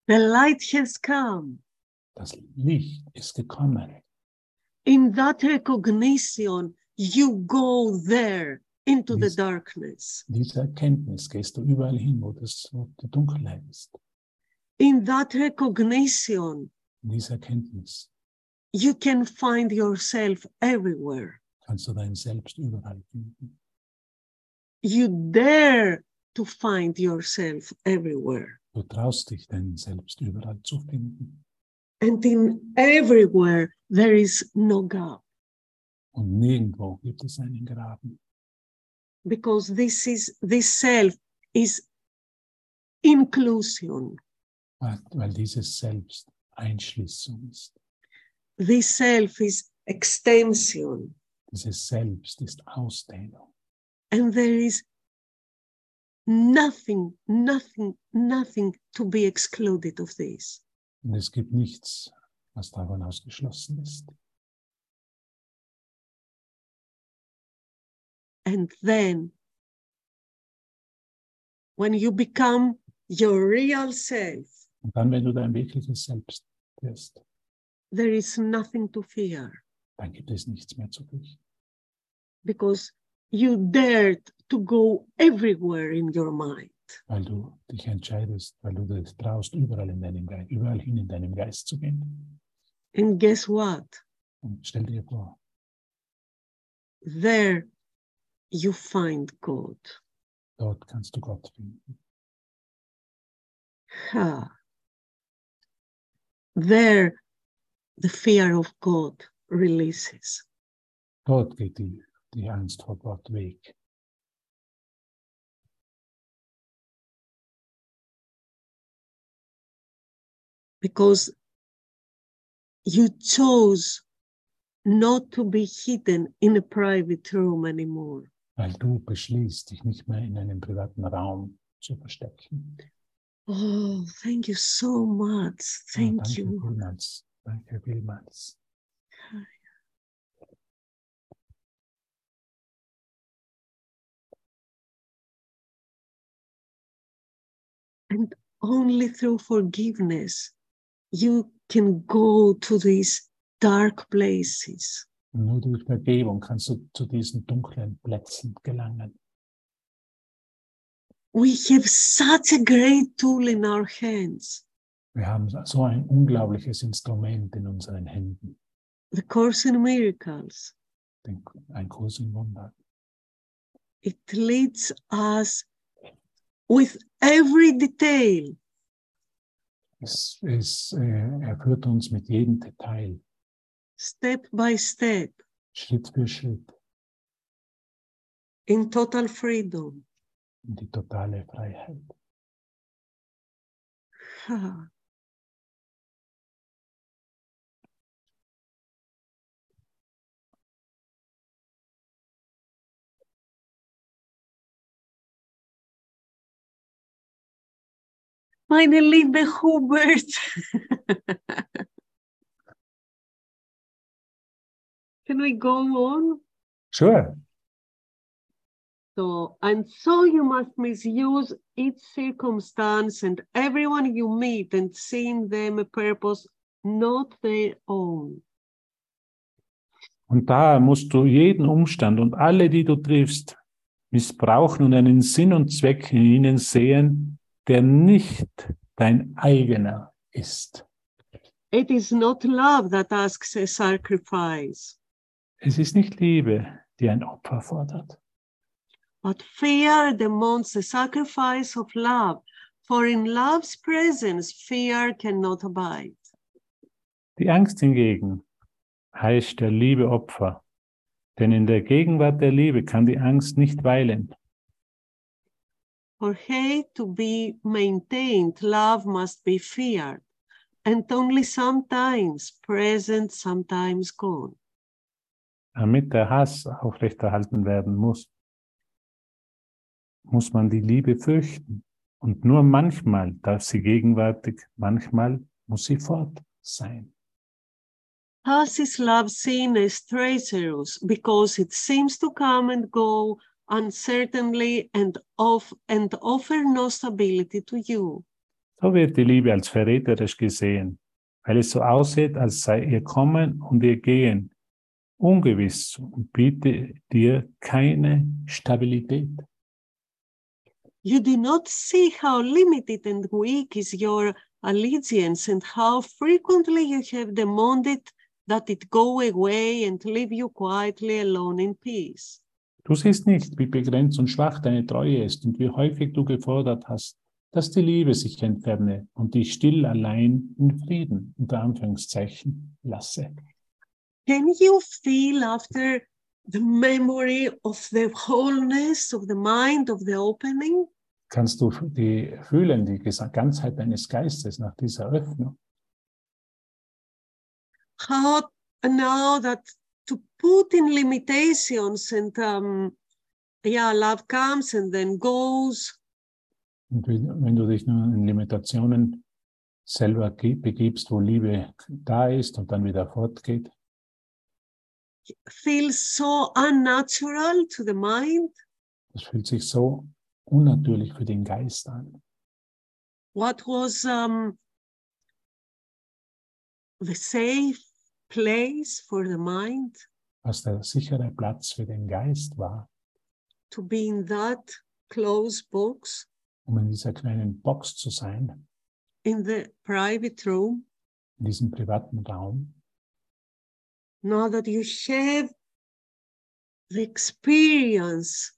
The light has come. Das Licht ist gekommen. In that recognition, you go there into the Yes. darkness. Diese Erkenntnis gehst du überall hin, wo, das, wo die Dunkelheit ist. In that recognition, Diese Erkenntnis you can find yourself everywhere. kannst du dein Selbst überall finden. You dare to find yourself everywhere. Du traust dich, dein Selbst überall zu finden. And in everywhere, there is no gap Und nirgendwo gibt es einen Graben, because this is this self is inclusion. weil weil dieses Selbst Einschließung ist. This self is extension. Dieses Selbst ist Ausdehnung. and there is nothing, nothing, nothing to be excluded of this. Und es gibt nichts, was davon ausgeschlossen ist. And then, when you become your real self, Und dann, wenn du dein wirkliches Selbst wirst, there is nothing to fear dann gibt es nichts mehr zu fürchten. because you dared to go everywhere in your mind. weil du dich entscheidest, weil du dich traust, überall in deinem Geist, überall hin in deinem Geist zu gehen. And guess what? Und stell dir vor, There you find God. dort kannst du Gott finden. Ha. There the fear of God releases. Dort geht die, die Angst vor Gott weg. because you chose not to be hidden in a private room anymore. Weil du beschließt, dich nicht mehr in einem privaten Raum zu verstecken. Oh, thank you so much. Ja, Thank danke you. vielmals. Danke vielmals. Only through forgiveness you can go to these dark places. Und nur durch Vergebung kannst du zu diesen dunklen Plätzen gelangen. We have such a great tool in our hands. Wir haben so ein unglaubliches Instrument in unseren Händen. The Course in Miracles. Den- Ein Kurs im Wunder. It leads us with every detail Es, es äh, er führt uns mit jedem Detail, step by step Schritt für Schritt, in total freedom. in die totale Freiheit. Ah. Meine liebe Hubert. Can we go on? Sure. So, and so you must misuse each circumstance and everyone you meet and see in them a purpose not their own. Und da musst du jeden Umstand und alle, die du triffst, missbrauchen und einen Sinn und Zweck in ihnen sehen, der nicht dein eigener ist. It is not love that asks a sacrifice, Es ist nicht Liebe, die ein Opfer fordert, but fear demands the sacrifice of love. For in love's presence, fear cannot abide. Die Angst hingegen heißt der Liebe Opfer, denn in der Gegenwart der Liebe kann die Angst nicht weilen. For hate to be maintained, love must be feared, and only sometimes present, sometimes gone. Damit der Hass aufrechterhalten werden muss, muss man die Liebe fürchten. Und nur manchmal darf sie gegenwärtig, manchmal muss sie fort sein. Has his love seen as treacherous because it seems to come and go uncertainly and, of, and offer no stability to you? So wird die Liebe als verräterisch gesehen, weil es so aussieht, als sei ihr Kommen und ihr Gehen ungewiss und biete dir keine Stabilität. You do not see how limited and weak is your allegiance and how frequently you have demanded that it go away and leave you quietly alone in peace. Du siehst nicht, wie begrenzt und schwach deine Treue ist und wie häufig du gefordert hast, dass die Liebe sich entferne und dich still allein in Frieden, unter Anführungszeichen, lasse. Can you feel after the memory of the wholeness of the mind of the opening? Kannst du die fühlen, die Gesa- Ganzheit deines Geistes nach dieser Öffnung? How now that to put in limitations and um, yeah, love comes and then goes. Und wenn wenn du dich nur in Limitationen selber ge- begibst, wo Liebe da ist und dann wieder fortgeht, feels so unnatural to the mind. das fühlt sich so unnatürlich für den Geist an. What was um, the safe place for the mind was der sichere Platz für den Geist war, to be in that closed box um in dieser kleinen Box zu sein, in the private room? in diesem privaten Raum. Now that you have the experience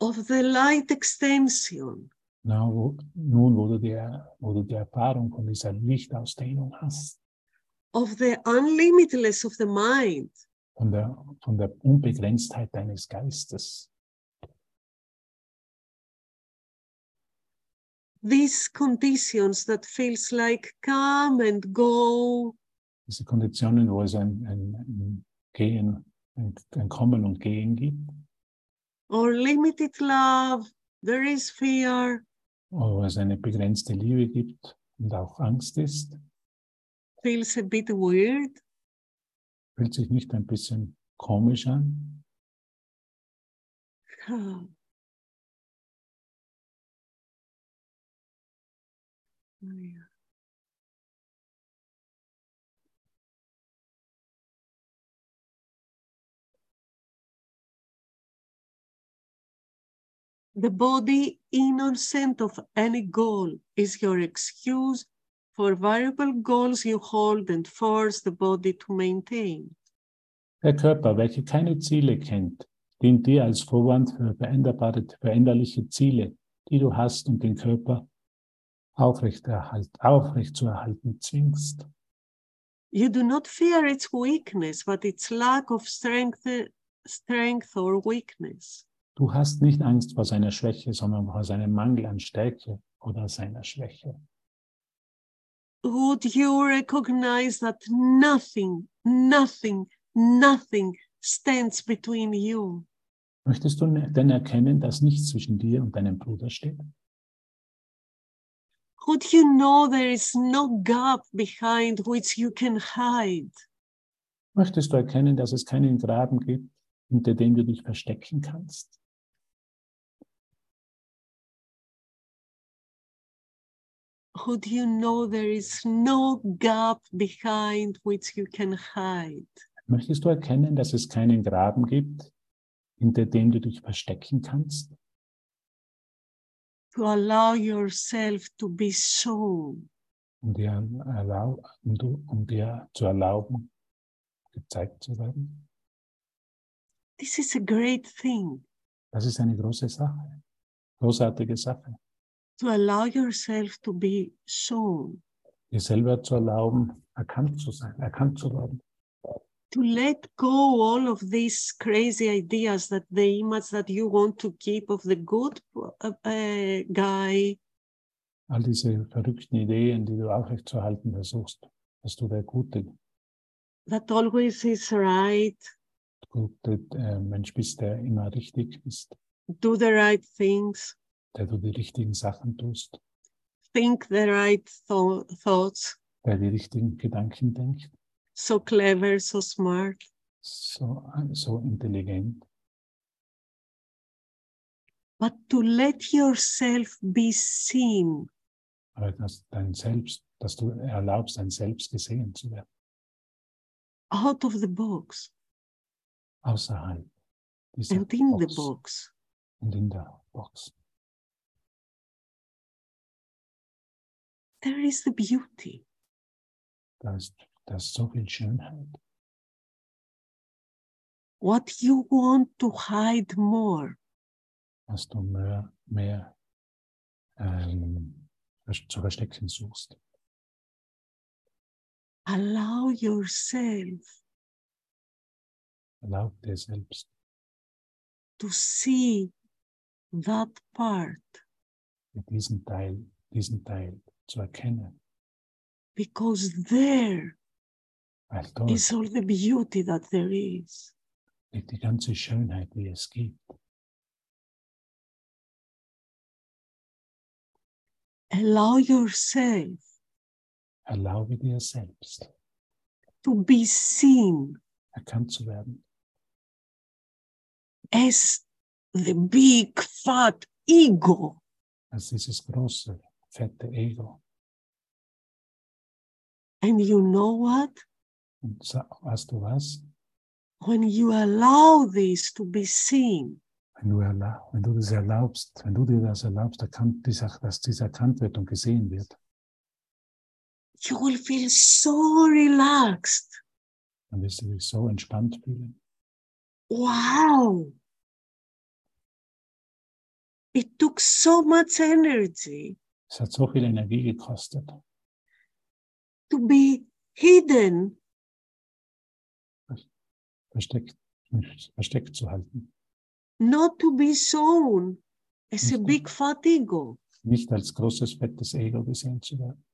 of the light extension, Na, wo, nun, wo du, die, wo du die Erfahrung von dieser Lichtausdehnung hast, of the unlimitless of the mind, von der, von der Unbegrenztheit deines Geistes, these conditions that feels like come and go, diese Konditionen, wo es ein, ein, ein Gehen, ein, ein Kommen und Gehen gibt, or limited love, there is fear, wo es eine begrenzte Liebe gibt und auch Angst ist, feels a bit weird. fühlt sich nicht ein bisschen komisch an, Oh, Yeah. The body innocent of any goal is your excuse for variable goals you hold and force the body to maintain. Der Körper, welcher keine Ziele kennt, dient dir als Vorwand für veränderbare, veränderliche Ziele, die du hast und den Körper aufrechterhalt, aufrecht zu erhalten zwingst. You do not fear its weakness, but its lack of strength, strength or weakness. Du hast nicht Angst vor seiner Schwäche, sondern vor seinem Mangel an Stärke oder seiner Schwäche. Would you recognize that nothing, nothing, nothing stands between you? Möchtest du ne, denn erkennen, dass nichts zwischen dir und deinem Bruder steht? Would you know there is no gap behind which you can hide? Möchtest du erkennen, dass es keinen Graben gibt, hinter dem du dich verstecken kannst? Would you know there is no gap behind which you can hide? Möchtest du erkennen, dass es keinen Graben gibt, hinter dem du dich verstecken kannst? To allow yourself to be shown. um dir, erlau um, du, um dir zu erlauben, gezeigt zu werden. This is a great thing. Das ist eine große Sache, großartige Sache, to allow yourself to be shown, dir selber zu erlauben, erkannt zu sein, erkannt zu werden, to let go all of these crazy ideas that the image that you want to keep of the good uh, uh, guy, all diese verrückten Ideen, die du aufrechtzuerhalten versuchst, dass du der gute, that always is right, gute äh, Mensch bist, der immer richtig ist, do the right things, der du die richtigen Sachen tust, think the right tho- thoughts, der die richtigen Gedanken denkt, so clever, so smart. so, so intelligent. But to let yourself be seen, Aber dass dein Selbst, dass du erlaubst, dein Selbst gesehen zu werden, out of the box außerhalb dieser and in the Box box. und in der Box. There is the beauty. Da ist, da ist so viel Schönheit. What you want to hide more, dass du mehr, mehr ähm, vers- zu verstecken suchst. allow yourself Erlaub dir selbst to see that part dir diesen Teil, diesen Teil zu erkennen, because there weil dort is all the beauty that there is. liegt die ganze Schönheit, die es gibt. Allow yourself Erlaube dir selbst to be seen erkannt zu werden as the big fat ego als dieses große, fette Ego. And you know what? Und sa- weißt du was? When you allow this to be seen, Wenn du, erla wenn du das erlaubst, wenn du dir das erlaubst, erkannt, dieser, dass dies erkannt wird und gesehen wird, you will feel so relaxed. dann wirst du dich so entspannt fühlen. Wow. It took so much energy Es hat so viel Energie gekostet, to be hidden versteckt, versteckt zu halten. not to be shown as a Mhm. big fat ego. Nicht als großes, fettes Ego gesehen zu werden.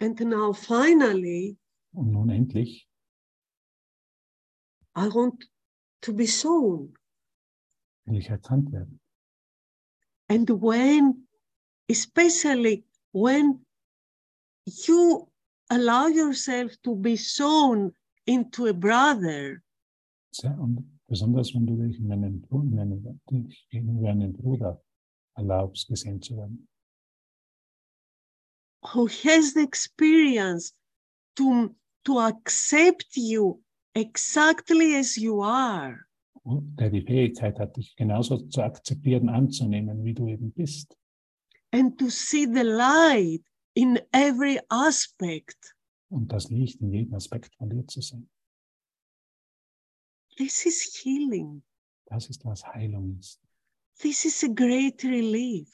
And now finally, Und nun endlich, I want to be shown. will ich erkannt werden. And when, especially when you allow yourself to be shown into a brother, Sehr- Und besonders, wenn du dich in einem, in einem, dich gegenüber einem Bruder erlaubst, gesehen zu werden, who has the experience to, to accept you exactly as you are, und der die Fähigkeit hat, dich genauso zu akzeptieren, anzunehmen, wie du eben bist. and to see the light in every aspect. Und das Licht in jedem Aspekt von dir zu sehen. This is healing. Das ist, was Heilung ist. This is a great relief.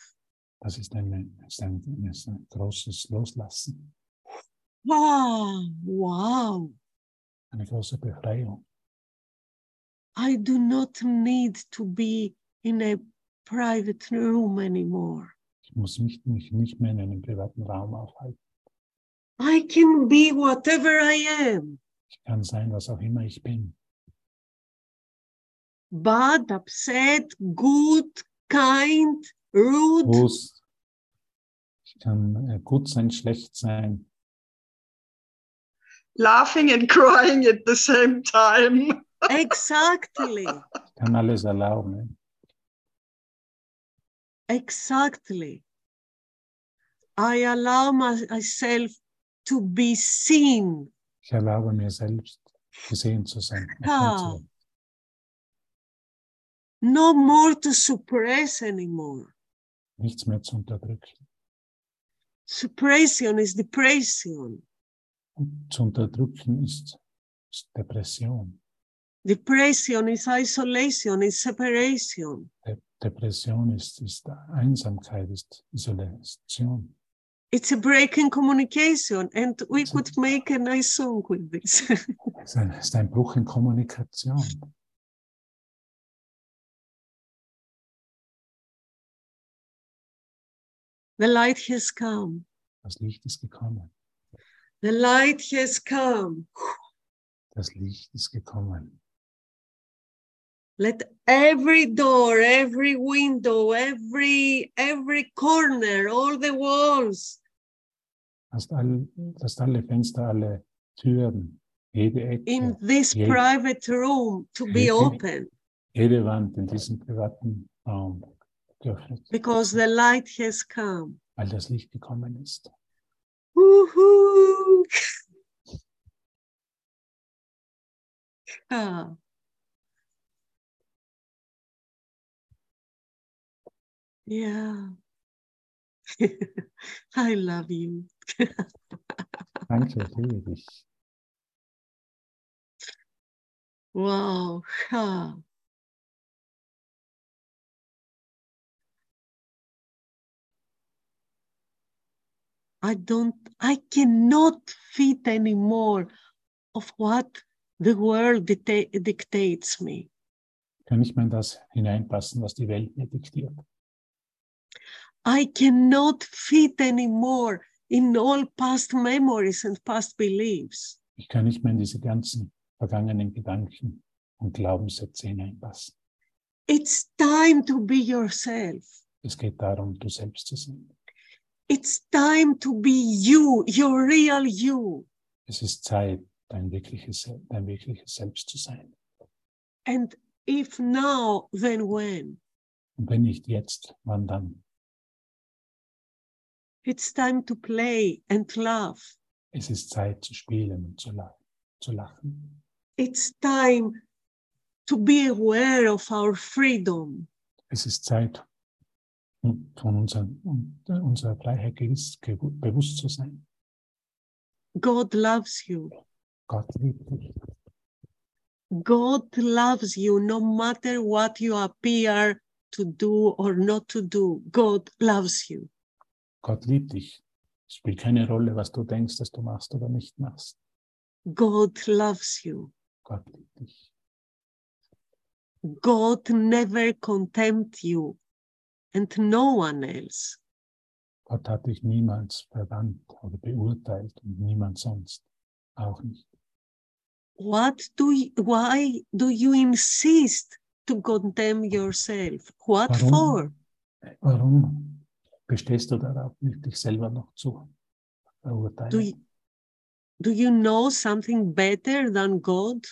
Das ist, eine, ist, ein, ist ein großes Loslassen, Wow, wow. eine große Befreiung. I do not need to be in a private room anymore. Ich muss mich, mich nicht mehr in einem privaten Raum aufhalten. I can be whatever I am Ich kann sein, was auch immer ich bin. bad, upset, good, kind, rude. Groß. Ich kann äh, gut sein, schlecht sein, Laughing and crying at the same time. Exactly, ich kann alles erlauben. ne? exactly. I allow my- myself to be seen. Ich erlaube mir selbst, gesehen zu sein. erkannt zu Ah. werden. No more to suppress anymore. Nichts mehr zu unterdrücken. Suppression is depression. Und zu unterdrücken ist, ist Depression. Depression is isolation, is separation. De Depression ist, ist Einsamkeit, ist Isolation. it's a break in communication and we It's a- could make a nice song with this Ist ein, ist ein Bruch in Kommunikation. the light has come Das Licht ist gekommen. the light has come Das Licht ist gekommen. let every door every window every every corner all the walls Hast all, dass alle Fenster, alle Türen, jede Ecke, in this Yeah. private room to be Mhm. open jede Wand in diesem privaten Raum geöffnet, because the light has come. weil das Licht gekommen ist. Uhu. Ah. Yeah. I love you. Danke, ich liebe dich. Wow. Ah. I don't, I cannot fit anymore of what the world dicta- dictates me. Ich kann nicht mehr in das hineinpassen, was die Welt mir diktiert. I cannot fit anymore in all past memories and past beliefs. Ich kann nicht mehr in diese ganzen vergangenen Gedanken und Glaubenssätze hineinpassen. It's time to be yourself. Es geht darum, du selbst zu sein. It's time to be you, your real you. Es ist Zeit, dein wirkliches, Sel- dein wirkliches Selbst zu sein. And if now, then when? Und wenn nicht jetzt, wann dann? It's time to play and laugh. Es ist Zeit zu spielen und zu lachen. Zu lachen. It's time to be aware of our freedom. Es ist Zeit, hm, von unseren, unserer Freiheit gewiss, gewu- bewusst zu sein. God loves you. Gott liebt dich. God loves you no matter what you appear to do or not to do. God loves you. Gott liebt dich. Es spielt keine Rolle, was du denkst, dass du machst oder nicht machst. God loves you. Gott liebt dich. God never contempt you and no one else. Gott hat dich niemals verwandt oder beurteilt und niemand sonst. Auch nicht. What do you, why do you insist to condemn yourself? What Warum? for? Warum bestehst du darauf, nicht dich selber noch zu verurteilen? Do you, do you know something better than God?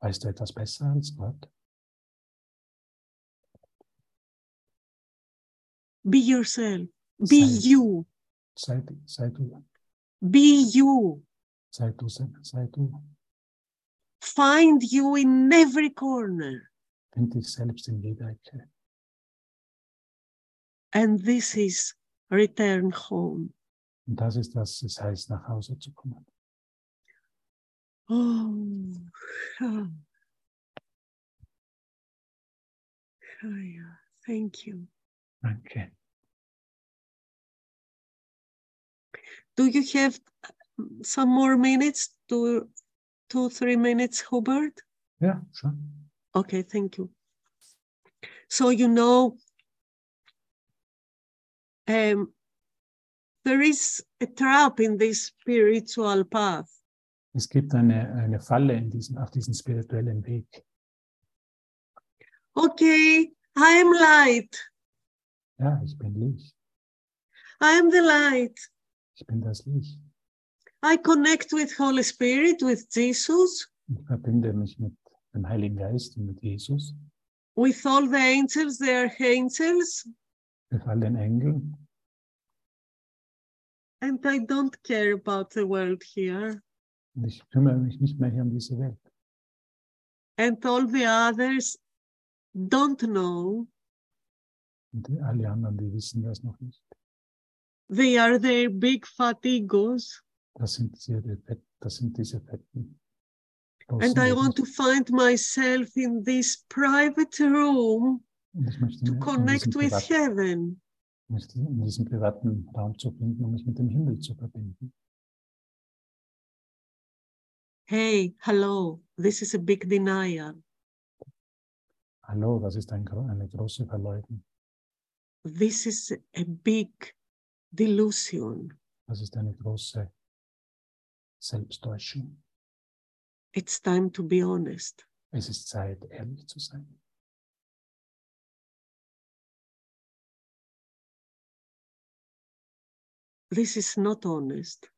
weißt du etwas besser als Gott? Be yourself. Be Sei- you. Sei, du- sei du, Be you. sei du, sei, sei du. Find you in every corner. Find dich selbst in jeder Ecke. And this is return home. Und das ist, was es heißt, nach Hause zu kommen. Oh. ah. Oh, yeah. Thank you. Danke. Do you have um, some more minutes? Two, two, three minutes, Hubert? Ja, schon. Okay, thank you. So, you know, um, there is a trap in this spiritual path. Es gibt eine, eine Falle in diesem, auf diesem spirituellen Weg. Okay, I am light. Ja, ich bin Licht. I am the light. Ich bin das Licht. I connect with Holy Spirit, with Jesus, Ich verbinde mich mit dem Heiligen Geist und mit Jesus, with all the angels, the archangels, mit all den Engeln. and I don't care about the world here Und ich kümmere mich nicht mehr hier um diese Welt. and all the others don't know. Und die- alle anderen, die wissen das noch nicht. They are their big fat egos. Das sind diese, Fett- das sind diese Fetten. And I want to find myself in this private room Und ich möchte to mich in diesem connect with privaten- um heaven. mich in diesem privaten Raum zu finden, um mich mit dem Himmel zu verbinden. Hey, hello, this is a big denial. Hallo, das ist ein, gro- eine große Verleugnung. This is a big delusion. Das ist eine große Selbsttäuschung. It's time to be honest. Es ist Zeit, ehrlich zu sein. This is not honest.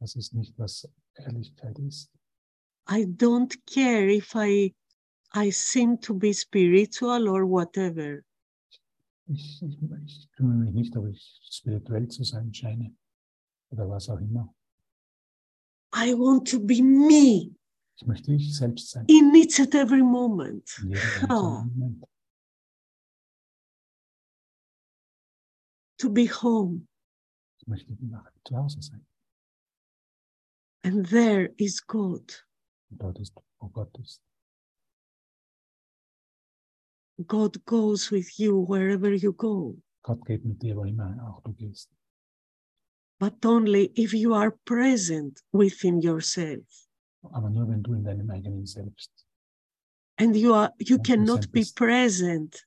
Das ist nicht, was Herrlichkeit ist. I don't care if I, I seem to be spiritual or whatever. Ich, ich, ich kümmere mich nicht, ob ich spirituell zu sein scheine oder was auch immer. I want to be me Ich möchte ich selbst sein. in each and every moment. In jedem Oh. einzelnen Moment. To be home. Ich möchte immer zu Hause sein. And there is God. Und dort ist, wo oh Gott ist. God goes with you wherever you go, Gott geht mit dir, wo immer auch du gehst. but only if you are present within yourself. Aber nur, wenn du in deinem eigenen Selbst. And you are you Hundred cannot percent be is- present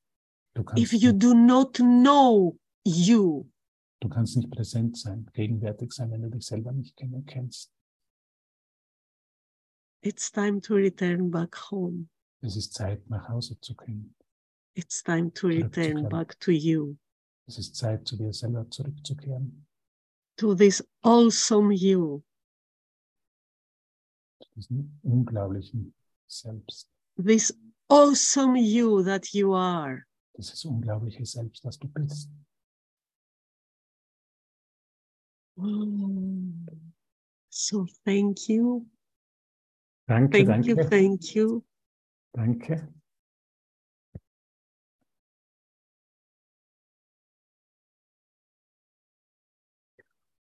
Du kannst, if you nicht, do not know you. du kannst nicht präsent sein, gegenwärtig sein, wenn du dich selber nicht kennen- kennst. It's time to return back home. Es ist Zeit, nach Hause zu können. It's time to Correct, return correct. back to you, Es ist Zeit, zu dir selber zurückzukehren, to this awesome you, zu diesem unglaublichen Selbst. this awesome you that you are. Dieses unglaubliche Selbst, das du bist. So thank you. Danke, Thank you. danke, Thank you. danke.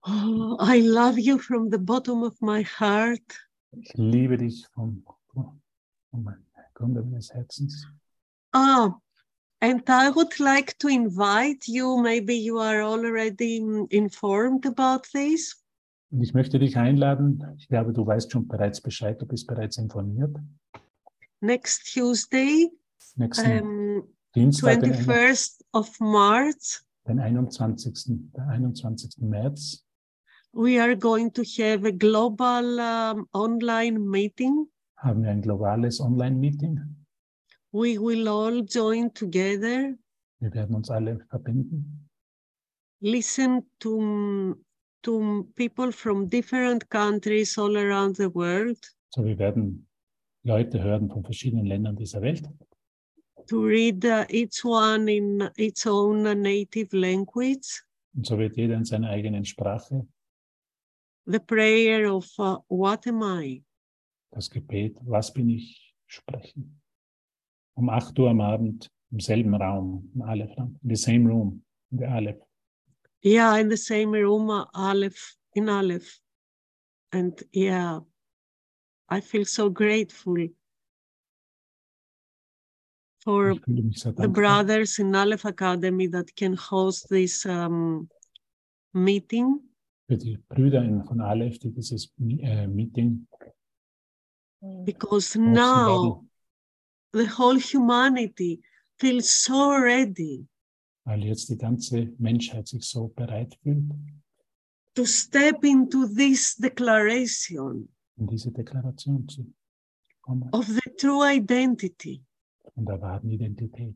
Oh, I love you from the bottom of my heart. Ich liebe dich vom, vom Grunde meines Herzens. Ah, and I would like to invite you, maybe you are already mm, informed about this, Und ich möchte dich einladen. Ich glaube, du weißt schon bereits Bescheid, du bist bereits informiert. next Tuesday, Nächsten um, Dienstag, den, ein- 21st of March, den 21. Der 21. März, we are going to have a global um, online meeting. haben wir ein globales Online-Meeting. We will all join together, Wir werden uns alle verbinden. listen to, mm, to people from different countries all around the world So, wir werden Leute hören von verschiedenen Ländern dieser Welt. to read uh, each one in its own uh, native language. Und so wird jeder in seiner eigenen Sprache the prayer of uh, what am I? das Gebet, was bin ich, sprechen. Um 8 Uhr am Abend im selben Raum, im Aleph, in the same room, in the Aleph. Yeah, in the same room, uh, Aleph, in Aleph. And yeah, I feel so grateful for Ich fühle mich so the dankbar. brothers in Aleph Academy that can host this um, meeting. für die Brüder in, von Aleph, die dieses Mi- äh, Meeting Because hosten now werden, the whole humanity feels so ready weil jetzt die ganze Menschheit sich so bereit fühlt, to step into this declaration in diese Deklaration zu kommen, of the true identity. von der wahren Identität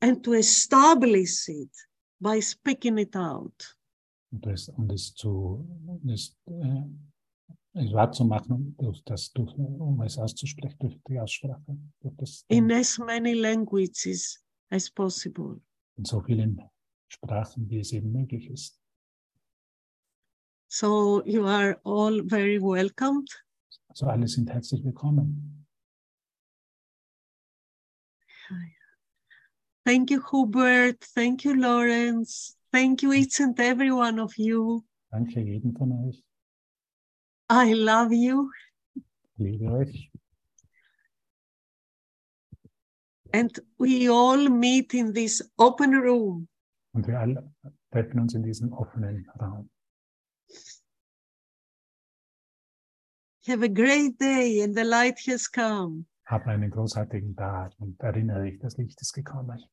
and to establish it by speaking it out. und das, und das zu das, äh, es wahrzumachen, um durch das, durch, um es auszusprechen, durch die Aussprache, durch das in as many languages as possible. in so vielen Sprachen, wie es eben möglich ist. So you are all very welcomed. Also alle sind herzlich willkommen. Thank you, Hubert. Thank you, Lawrence. Thank you, each and every one of you. Danke jedem von euch. I love you. Liebe euch. And we all meet in this open room. Und wir alle treffen uns in diesem offenen Raum. Have a great day, and the light has come. Hab einen großartigen Tag und erinnere dich, das Licht ist gekommen.